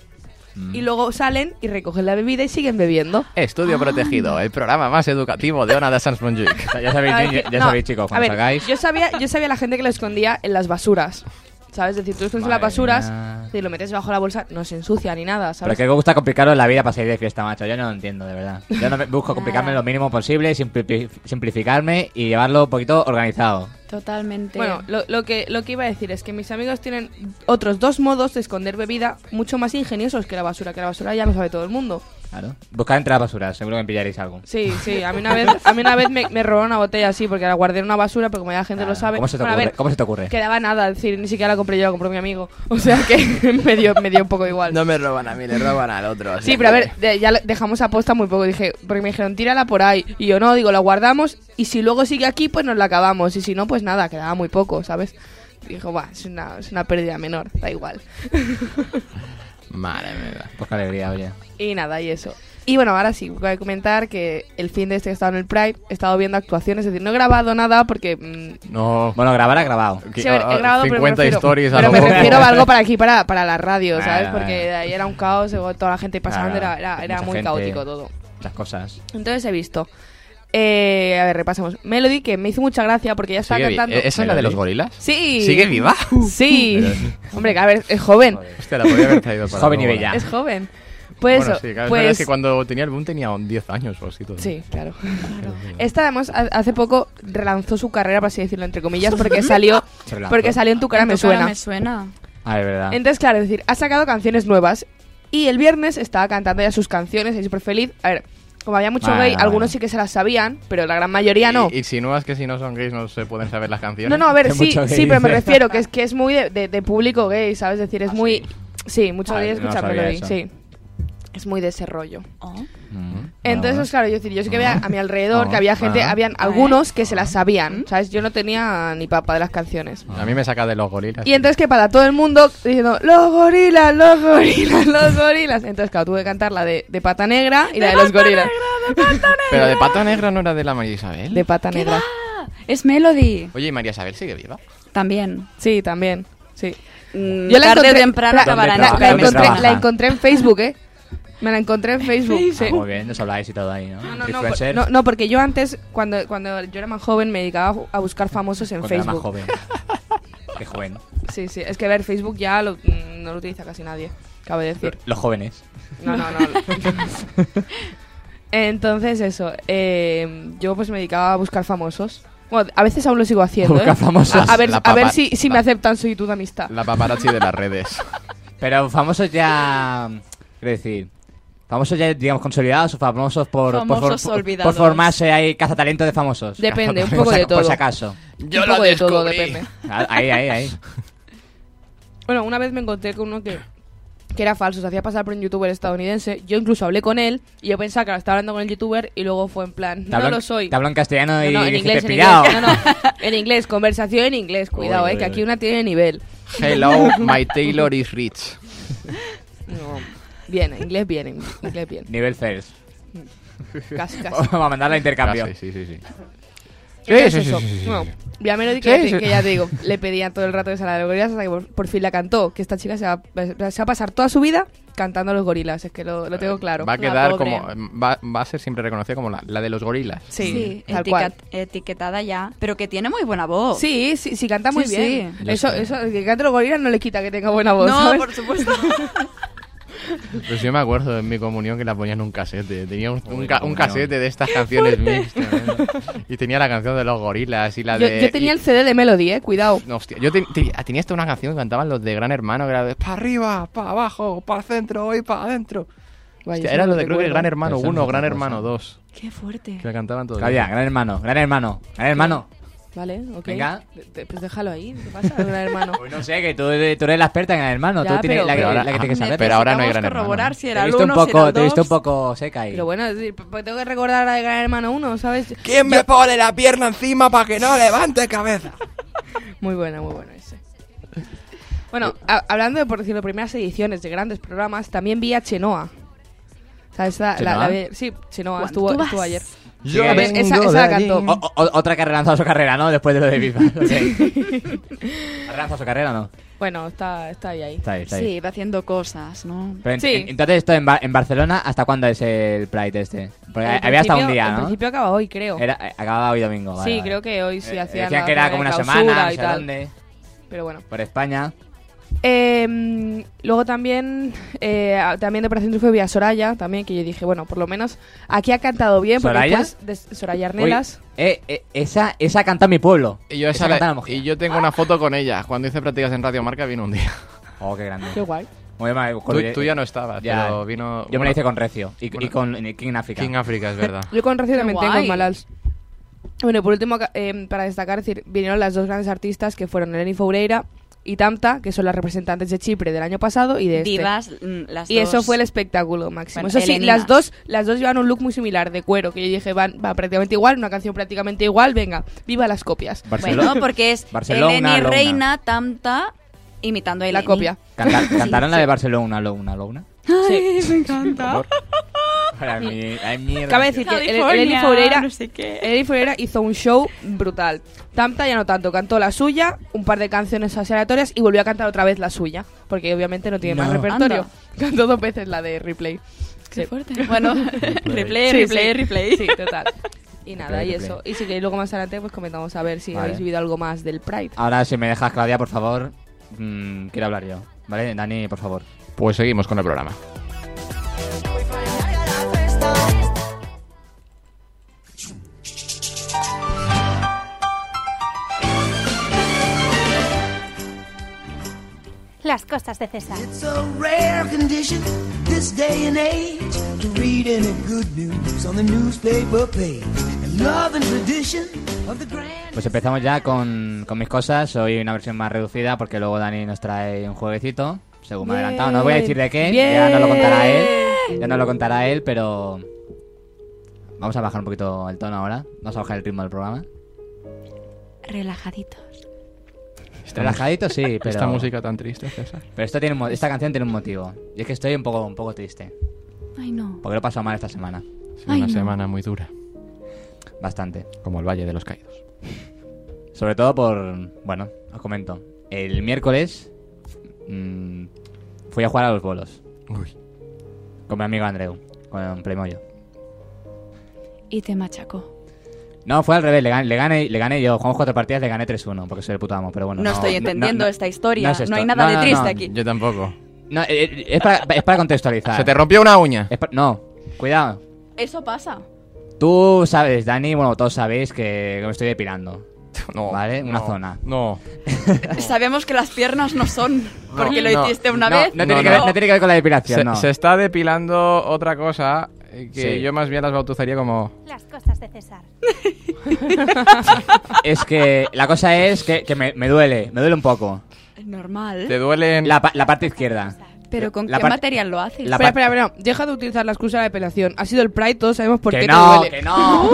S2: Mm.
S5: y luego salen y recogen la bebida y siguen bebiendo.
S3: Estudio Protegido, el programa más educativo de Ona de Sans Montjuic.
S2: [laughs] Ya sabéis,
S5: A ver,
S2: niños,
S5: que-
S2: ya
S5: no,
S2: sabéis, chicos,
S5: a
S2: cuando
S5: ver,
S2: salgáis.
S5: Yo sabía, yo sabía la gente que lo escondía en las basuras. ¿Sabes? Es decir, tú escondes en las
S2: Madre
S5: basuras,
S2: mía.
S5: si lo metes bajo la bolsa, no se ensucia ni nada,
S2: Pero
S5: ¿sabes?
S2: que me gusta complicaros la vida para salir de fiesta, macho. Yo no lo entiendo, de verdad. Yo no me- busco
S5: Ah.
S2: complicarme lo mínimo posible, simpli- simplificarme y llevarlo un poquito organizado.
S4: Totalmente.
S5: Bueno, lo, lo que, lo que iba a decir es que mis amigos tienen otros dos modos de esconder bebida mucho más ingeniosos que la basura, que la basura ya lo sabe todo el mundo.
S2: Claro. Buscad entre las basuras, seguro que me pillaréis algo.
S5: Sí, sí, a mí una vez, a mí una vez me, me robaron una botella así porque la guardé en una basura, pero como ya la gente
S2: Claro.
S5: lo sabe.
S2: ¿Cómo se te
S5: Bueno, a
S2: ocurre?
S5: ver,
S2: ¿Cómo se te ocurre?
S5: Quedaba nada, es decir, ni siquiera la compré yo, la compró mi amigo. O sea que [laughs] me dio, me dio un poco igual.
S3: No me roban a mí, le roban al otro.
S5: Sí, pero a ver, de- ya lo- dejamos aposta muy poco. Dije, porque me dijeron, tírala por ahí. Y yo no, digo, la guardamos. Y si luego sigue aquí, pues nos la acabamos. Y si no, pues nada, quedaba muy poco, ¿sabes? Dijo, va, es una, es una pérdida menor, da igual.
S3: Madre mía.
S2: Pues qué alegría, oye.
S5: Y nada, y eso. Y bueno, ahora sí, voy a comentar que el fin de este que he estado en el Pride he estado viendo actuaciones. Es decir, no he grabado nada porque. mm,
S3: No.
S2: Bueno, grabar ha grabado.
S5: sí, a ver, he grabado, pero me
S3: 50
S5: refiero-
S3: stories ah, a
S5: pero
S3: lo
S5: me
S3: poco.
S5: refiero a algo para aquí, para, para la radio,
S2: Ah,
S5: ¿sabes?
S2: vale.
S5: Porque de ahí era un caos, luego toda la
S3: Ah,
S5: gente pasando,
S2: Claro,
S5: era, era, era
S2: mucha
S5: muy
S2: gente.
S5: caótico todo.
S2: Las cosas.
S5: Entonces he visto. Eh, a ver, repasamos. Melody, que me hizo mucha gracia porque ya estaba
S3: Sigue vi-
S5: cantando.
S3: ¿E- ¿Esa es la de los gorilas?
S5: Sí.
S3: ¿Sigue
S5: [laughs]
S3: viva?
S5: Sí. Hombre, que a ver, es joven.
S3: Hostia, la podía haber traído para
S2: Joven y
S3: luego,
S2: bella.
S3: ¿eh?
S5: Es joven. Pues
S3: bueno,
S5: eso.
S3: sí, claro, es verdad
S5: pues,
S3: que cuando tenía el boom tenía 10 años o así todo.
S5: Sí, claro. Esta además ha- hace poco relanzó su carrera, por así decirlo, entre comillas,
S3: [laughs]
S5: porque salió,
S2: Se relanzó.
S5: porque salió en tu cara
S4: En
S5: me
S4: tu cara
S5: suena.
S4: Me suena.
S2: Ah, es verdad.
S5: Entonces, claro, es decir, ha sacado canciones nuevas y el viernes estaba cantando ya sus canciones, y súper feliz. A ver, como había mucho
S2: Bueno,
S5: gay,
S2: bueno.
S5: algunos sí que se las sabían, pero la gran mayoría no.
S3: Y- Insinúas que si no son gays no se pueden saber las canciones.
S5: No, no, a ver,
S2: [laughs] Hay
S5: sí,
S2: mucho gay,
S5: sí, pero me
S2: dice.
S5: refiero
S2: [laughs]
S5: que es que es muy de, de- de público gay, ¿sabes? Es decir, es muy... Sí, mucho
S2: Ah,
S5: gay
S2: no
S5: escucha
S2: sabía
S5: Melody,
S2: eso.
S5: sí. Es muy de ese rollo.
S4: Oh.
S2: Mm.
S5: Entonces,
S2: Bueno,
S5: pues, claro, yo, decir, yo sí que veía a mi alrededor que había gente,
S2: ah,
S5: habían algunos que se las sabían, ¿sabes? Yo no tenía ni papa de las canciones.
S3: A mí me saca de los gorilas.
S5: Y entonces que para todo el mundo diciendo, los gorilas, los gorilas, los gorilas. Entonces, claro, tuve que cantar la de, de pata negra y la de los gorilas.
S3: Pero de Pato Negro no era de la María Isabel.
S5: De pata negra.
S4: Es Melody.
S3: Oye, ¿y María Isabel sigue viva?
S4: También.
S5: Sí, también. Sí.
S4: Mm,
S5: Yo la
S4: tarde
S5: encontré,
S4: o temprano
S5: la-
S4: acabarán
S2: ¿Dónde
S5: la- la
S2: trabaja?
S4: acabarán
S5: encontré,
S4: en
S2: trabaja?
S5: la encontré en Facebook, ¿eh? Me la encontré en Facebook.
S2: Ah,
S5: sí.
S2: muy bien, nos habláis y todo ahí, ¿no?
S5: No, no, no, por-
S2: Influencers,
S5: no, no, porque yo antes, cuando, cuando yo era más joven, me dedicaba a ju- a buscar famosos en
S2: cuando era
S5: Facebook.
S2: más
S5: [laughs]
S2: joven. Qué joven.
S5: Sí, sí, es que ver Facebook ya lo- mm, no lo utiliza casi nadie, cabe decir.
S2: Los jóvenes.
S5: No, no, no. [laughs] Entonces eso, eh, yo pues me dedicaba a buscar famosos. Bueno, a veces aún lo sigo haciendo.
S2: Buscar
S5: ¿eh?
S2: famosos.
S5: A, a ver,
S3: La
S5: a ver
S3: papa-
S5: si, si me aceptan solicitud de amistad.
S3: La paparazzi de las redes.
S2: Pero famosos ya. Quiero decir. Famosos ya, digamos, consolidados o famosos por, por for-
S4: Famosos
S2: por,
S4: olvidados.
S2: formarse ahí cazatalento de famosos.
S5: Depende, un
S2: Por
S5: poco
S2: si-
S5: de todo.
S2: Por si acaso. Ah,
S5: Yo lo de todo, depende.
S2: Ahí, ahí, ahí.
S5: Bueno, una vez me encontré con uno que, que era falso, se hacía pasar por un youtuber estadounidense. Yo incluso hablé con él y yo pensaba que estaba hablando con el youtuber y luego fue en plan,
S2: Te
S5: no
S2: habló-
S5: lo soy.
S2: Te habló en castellano y
S5: No, no, en
S2: dijiste
S5: inglés, en
S2: pillado.
S5: inglés. No,
S2: [laughs]
S5: no, en inglés, conversación en inglés, cuidado,
S2: Uy,
S5: eh,
S2: uy,
S5: que
S2: uy.
S5: aquí una tiene nivel.
S3: Hello,
S5: [laughs]
S3: my Taylor is rich.
S5: No. Bien, inglés bien, inglés bien.
S2: Nivel first.
S5: Casi, casi.
S2: [laughs] Vamos a mandarla a intercambio.
S3: Casi, Ah, sí, sí, sí.
S5: Entonces,
S3: sí, sí,
S5: eso.
S3: sí, sí, sí.
S5: Bueno, ya me lo di-
S3: Sí,
S5: que,
S3: sí.
S5: que ya te digo, [laughs] le pedía todo el rato de sala de los gorilas hasta que por, por fin la cantó. Que esta chica se va, se va a pasar toda su vida cantando a los gorilas, es que lo, lo tengo claro.
S3: Va a
S4: La
S3: quedar
S4: pobre.
S3: como. Va, va a ser siempre reconocida como la, la de los gorilas.
S5: Sí,
S9: Sí,
S5: tal
S9: etiquet-
S5: cual.
S9: etiquetada ya. Pero que tiene muy buena voz.
S5: Sí, sí, sí, canta muy
S9: Sí,
S5: bien.
S9: sí.
S3: Ya
S5: Eso,
S3: está.
S5: eso, el que cante los gorilas no le quita que tenga buena voz.
S9: No,
S5: ¿sabes?
S9: por
S5: [laughs]
S9: supuesto.
S3: Pues yo me acuerdo en mi comunión que la ponían en un casete. Tenía un, un, ca- un
S2: comunión.
S3: casete de estas canciones mixtas. ¿eh? Y tenía la canción de los gorilas y la
S5: yo,
S3: de.
S5: yo tenía
S3: y-
S5: el CD de Melody, eh, cuidado.
S3: No, hostia, yo te- te- tenía hasta una canción que cantaban los de Gran Hermano, que era de para arriba, para abajo, para el centro y para adentro.
S5: Vaya,
S3: Hostia,
S5: eso
S3: era
S5: no
S3: lo de creo que
S5: recuerdo.
S3: Gran Hermano
S2: Eso no
S3: 1 o
S2: te
S3: Gran
S2: acuerdas.
S3: Hermano 2,
S9: Qué fuerte.
S3: que la cantaban todos.
S2: Calla, gran hermano, gran hermano, gran hermano.
S5: Vale, ok.
S2: Venga.
S5: De- de- pues déjalo ahí, ¿qué pasa? Gran
S3: [laughs]
S5: hermano.
S2: Pues no sé, que tú, tú eres la experta en gran hermano.
S5: Ya,
S2: tú tienes
S5: pero-
S2: la, que-
S3: Pero ahora-
S2: la que tienes que saber.
S3: Pero ahora no hay
S9: Necesitamos
S3: Gran Hermano.
S9: corroborar si
S2: te
S9: era
S2: he
S9: el
S2: visto un
S9: uno, si era
S2: poco,
S9: el
S2: te he visto un
S9: dos.
S2: poco seca ahí.
S5: Pero bueno, es decir, pues tengo que recordar a Gran Hermano 1, ¿sabes?
S3: ¿Quién me pone la pierna encima para que no levante cabeza?
S5: [laughs] Muy bueno, muy bueno ese. Bueno, a- hablando de, por decirlo, primeras ediciones de grandes programas, también vi a Chenoa. O sea, esa- la-
S2: ¿Chenoa?
S5: la vi- sí, Chenoa,
S9: ¿Cuándo
S5: estuvo,
S9: tú vas?
S5: estuvo ayer.
S2: Yo
S5: A ver, esa, esa la cantó.
S2: O- o- o- otra que ha relanzado su carrera, ¿no? Después de lo de
S5: [laughs]
S2: Viva. ¿Ha relanzado su carrera no?
S5: Bueno, está, está ahí, ahí.
S2: Está ahí, está ahí.
S9: Sí, va haciendo cosas, ¿no?
S2: Pero en-
S5: Sí.
S2: en- entonces esto en, Bar- en Barcelona, ¿hasta cuándo es el Pride este? Porque
S5: Al
S2: había hasta un
S5: principio-
S2: día,
S5: Al
S2: ¿no?
S5: principio acaba hoy, creo.
S2: Era, eh, acababa hoy domingo. vale,
S5: sí,
S2: vale.
S5: creo que hoy sí
S2: Eh,
S5: hacían
S2: decían
S5: la
S2: que era como una
S5: ceremonia de
S2: semana,
S5: clausura
S2: no
S5: y
S2: sé
S5: tal.
S2: dónde,
S5: Pero bueno.
S2: por España.
S5: Eh, luego también, eh, a- también de Operación Triunfo vi a Soraya, también, que yo dije, bueno, por lo menos aquí ha cantado bien. porque
S2: ¿Soraya?
S5: después de Soraya
S2: Uy,
S5: Arnelas.
S2: eh, eh, esa, esa canta en mi pueblo.
S3: Y yo, esa
S2: canta en la
S3: la-
S2: Mojía.
S3: y yo tengo una foto con ella. Cuando hice prácticas en Radio Marca vino un día.
S2: Oh, qué grande.
S5: Qué guay.
S2: Muy mal,
S3: Tú,
S2: joder,
S3: tú ya no estabas,
S2: Ya,
S3: pero
S2: Yo
S3: vino.
S2: me
S3: bueno,
S2: la hice con Recio y, y
S3: bueno.
S2: con eh, King Africa.
S3: King África,
S2: [laughs]
S3: es verdad.
S5: Yo con Recio también tengo
S9: guay.
S5: Malals. Bueno, y por último, ca- eh, para destacar, es decir, vinieron las dos grandes artistas que fueron Eleni Foureira y Tamta, que son las representantes de Chipre del año pasado y de este.
S9: Divas, mm, las
S5: Y eso
S9: dos.
S5: fue el espectáculo máximo.
S9: Bueno,
S5: eso sí,
S9: Eleninas.
S5: las dos, las dos llevan un look muy similar de cuero, que yo dije, van, va prácticamente igual, una canción prácticamente igual, venga, viva las copias.
S2: Barcelona.
S9: Bueno, porque es
S2: Barcelona,
S9: Eleni
S2: Louna.
S9: Reina, Tamta, imitando a
S5: La
S9: Eleni.
S5: copia.
S3: [laughs]
S2: Cantar- cantaron la de Barcelona, Luna, Luna.
S9: Ay, [laughs] me encanta.
S2: Para mí, ay, mierda.
S5: Cabe decir que El- Eleni
S9: California,
S5: Foureira,
S9: no sé qué.
S5: Eleni Foureira hizo un show brutal. Tamta ya no tanto, cantó la suya, un par de canciones así aleatorias y volvió a cantar otra vez la suya, porque obviamente no tiene
S2: No.
S5: más repertorio.
S9: Anda.
S5: [laughs] Cantó dos veces la de replay.
S9: Qué
S5: Sí. [laughs]
S9: fuerte. Bueno, replay,
S5: Sí,
S9: replay,
S5: sí.
S9: replay.
S5: Sí, total. Y nada,
S2: Replay,
S5: y
S2: replay.
S5: eso. Y si queréis luego más adelante, pues comentamos a ver si
S2: Vale. Ah,
S5: habéis vivido algo más del Pride.
S2: Ahora, si me dejas, Claudia, por favor, mm, quiero hablar yo. ¿Vale? Dani, por favor.
S3: Pues seguimos con el programa.
S6: Las cosas de César.
S10: It's a rare condition this day and age to read any good news on the newspaper page. And love and tradition of the grand.
S2: Pues empezamos ya con, con mis cosas. Hoy una versión más reducida porque luego Dani nos trae un jueguecito. Según me ha adelantado, no os voy a decir de qué.
S5: Bien.
S2: Ya no lo contará él. Ya no lo contará él, pero. Vamos a bajar un poquito el tono ahora. Vamos a bajar el ritmo del programa.
S9: Relajaditos.
S2: Relajadito, sí, pero.
S3: Esta música tan triste, César.
S2: Pero esto tiene un mo- esta canción tiene un motivo. Y es que estoy un poco, un poco triste.
S9: Ay, no.
S2: Porque lo he pasado mal esta semana.
S3: Es
S9: Ay,
S3: una
S9: no.
S3: semana muy dura,
S2: Bastante.
S3: como el Valle de los Caídos.
S2: Sobre todo por. Bueno, os comento. El miércoles. mm, fui a jugar a los bolos.
S3: Uy.
S2: Con mi amigo Andreu, con Playmoyo.
S9: Y te machaco.
S2: No, fue al revés, le gané, le gané, le gané yo. Jugamos cuatro partidas, le gané 3-1, porque soy el puto amo, pero bueno.
S9: No estoy entendiendo esta historia,
S2: es esto.
S9: no hay nada de triste aquí.
S2: Yo tampoco. No, eh, eh, es, para, es para contextualizar.
S3: [laughs] Se te rompió una uña.
S2: Es pa- no, cuidado.
S9: Eso pasa.
S2: Tú sabes, Dani, bueno, todos sabéis que me estoy depilando.
S3: No.
S2: ¿Vale? Una
S3: no,
S2: zona.
S3: No.
S9: Sabemos que las piernas no son, porque
S3: No,
S9: lo
S3: no,
S9: hiciste una
S2: no,
S9: vez.
S2: no tiene que ver- no tiene que ver con la depilación,
S3: Se,
S2: no.
S3: se está depilando otra cosa eh, que
S2: Sí.
S3: yo más bien las bautizaría como.
S6: Las cosas de César.
S2: Es que la cosa es que, que me, me duele, me duele un poco.
S9: Normal.
S3: Te duelen.
S2: La, pa- la parte izquierda.
S9: Pero ¿con
S2: La
S9: qué
S2: parte-
S9: material lo haces?
S2: la
S5: espera,
S2: par-
S5: espera, espera, deja de utilizar la excusa de la apelación. Ha sido el Pride, todos sabemos por
S2: Que
S5: qué
S2: no,
S5: te duele.
S2: que no.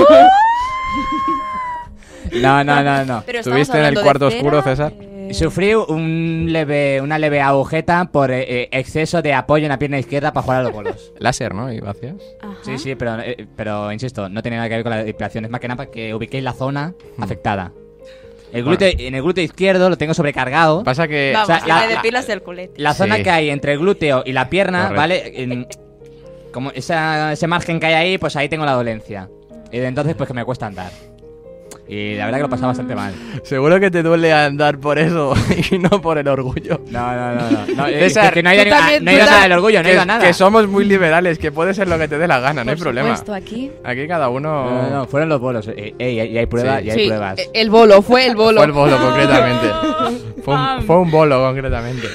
S2: No, no, no, no.
S9: Pero estamos
S3: ¿Tuviste en el
S9: hablando de
S3: cuarto
S9: cera, eh,
S3: oscuro, César?
S2: Sufrí un leve, una leve agujeta por eh, eh, exceso de apoyo en la pierna izquierda para jugar a los bolos.
S3: Láser, ¿no? Y vacías.
S9: Ajá.
S2: Sí, sí, pero, eh, pero insisto, no tiene nada que ver con la depilación. Es más que nada para que ubiquéis la zona afectada. El
S3: Bueno.
S2: glúteo, En el glúteo izquierdo lo tengo sobrecargado.
S3: Pasa que.
S9: Vamos,
S2: o sea,
S9: que
S2: la-
S9: me depilas del culete.
S2: La zona
S3: Sí.
S2: que hay entre el glúteo y la pierna,
S3: Correcto.
S2: ¿vale? En- como esa- ese margen que hay ahí, pues ahí tengo la dolencia. Y de entonces, pues que me cuesta andar. Y la verdad que lo pasaba bastante
S3: [laughs]
S2: mal.
S3: Seguro que te duele andar por eso [laughs] y no por el orgullo.
S2: No, no, no. no, [laughs] no eh,
S3: César,
S2: que- que no he ido,
S5: tú
S2: a-
S5: también-
S2: no he
S5: tú
S2: ido a nada
S5: también-
S2: del orgullo, no he ido a
S3: que,
S2: nada.
S3: que somos muy liberales, que puede ser lo que te dé la gana, no hay
S9: Por
S3: problema.
S9: supuesto, aquí.
S3: Aquí cada uno.
S2: No, no, no, fueron los bolos. Eh, eh, y hay- y hay pruebas,
S3: Sí.
S2: y hay
S5: Sí,
S2: pruebas.
S5: eh, el bolo, fue el bolo.
S3: Fue el bolo,
S9: [laughs]
S5: [laughs]
S3: concretamente. Fue un, fue un bolo, concretamente.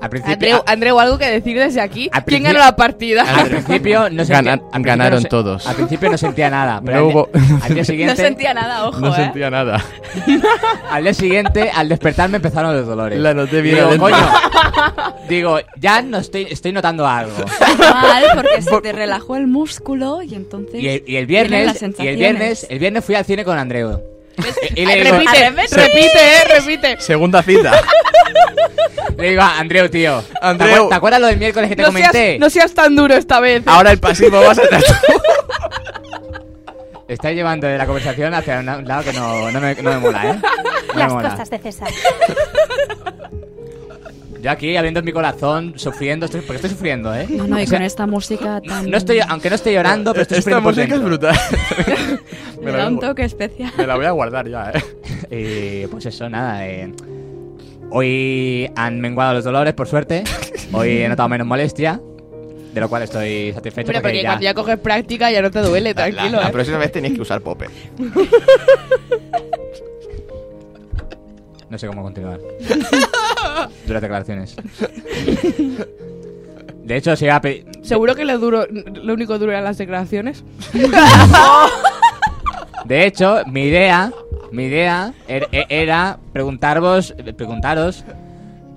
S2: Al principio,
S5: Andreu, Andreu, algo que decir desde aquí.
S2: Al
S5: ¿Quién
S2: principi-
S5: ganó la partida? [laughs]
S2: al principio no sentía-
S3: [laughs] Ganan-
S2: al principio
S3: ganaron
S2: no se-
S3: todos.
S2: Al principio no sentía
S3: [laughs]
S2: nada, pero
S3: No
S2: al, di-
S3: hubo-
S2: al
S5: [laughs]
S2: día
S9: No
S2: siguiente,
S9: sentía nada, ojo,
S3: No
S9: ¿eh?
S3: sentía nada.
S2: al día siguiente, al despertarme empezaron los dolores.
S3: La noté bien
S2: Digo,
S3: adentro.
S2: coño, digo, ya no estoy, estoy notando algo.
S9: Mal, porque se te relajó el músculo y entonces.
S2: Y el, y el
S9: vienen
S2: viernes,
S9: las
S2: y el
S9: sensaciones.
S2: viernes, el viernes fui al cine con Andreu. Y le
S5: Ay,
S2: digo,
S5: repite,
S9: al revés.
S5: repite, eh, repite.
S3: Segunda cita.
S2: le digo, Andreu, tío. ¿te
S3: Andreu.
S2: acuer- ¿Te acuerdas lo del miércoles que te
S5: No seas,
S2: comenté? Ah,
S5: no seas tan duro esta vez. eh.
S3: Ahora el pasivo vas a estar tú.
S2: Estás llevando de la conversación hacia un un lado que no, no, me, no me mola, ¿eh? No me
S6: Las
S2: mola.
S6: cosas de César.
S2: Yo aquí abriendo mi corazón, sufriendo, estoy- porque estoy sufriendo, ¿eh?
S9: No, no, y
S2: O sea,
S9: con esta música tan.
S2: no estoy, ah, aunque no estoy llorando, pero estoy
S3: Esta
S2: sufriendo por
S3: música es
S2: dentro.
S3: brutal.
S9: Me da un
S3: voy-
S9: toque especial.
S3: me la voy a guardar ya, eh.
S2: Eh, pues eso, nada. eh, Hoy han menguado los dolores, por suerte. Hoy he notado menos molestia, de lo cual estoy satisfecho. porque
S5: Hombre, porque
S2: ya-
S5: cuando ya coges práctica ya no te duele, tranquilo. eh.
S3: próxima vez tenéis que usar Pope.
S2: No sé cómo continuar. Duras
S5: [laughs]
S2: declaraciones. De hecho, se iba a pedir.
S5: Seguro que lo duro, lo único duro eran las declaraciones.
S2: De hecho, mi idea, mi idea er- e- era preguntaros, preguntaros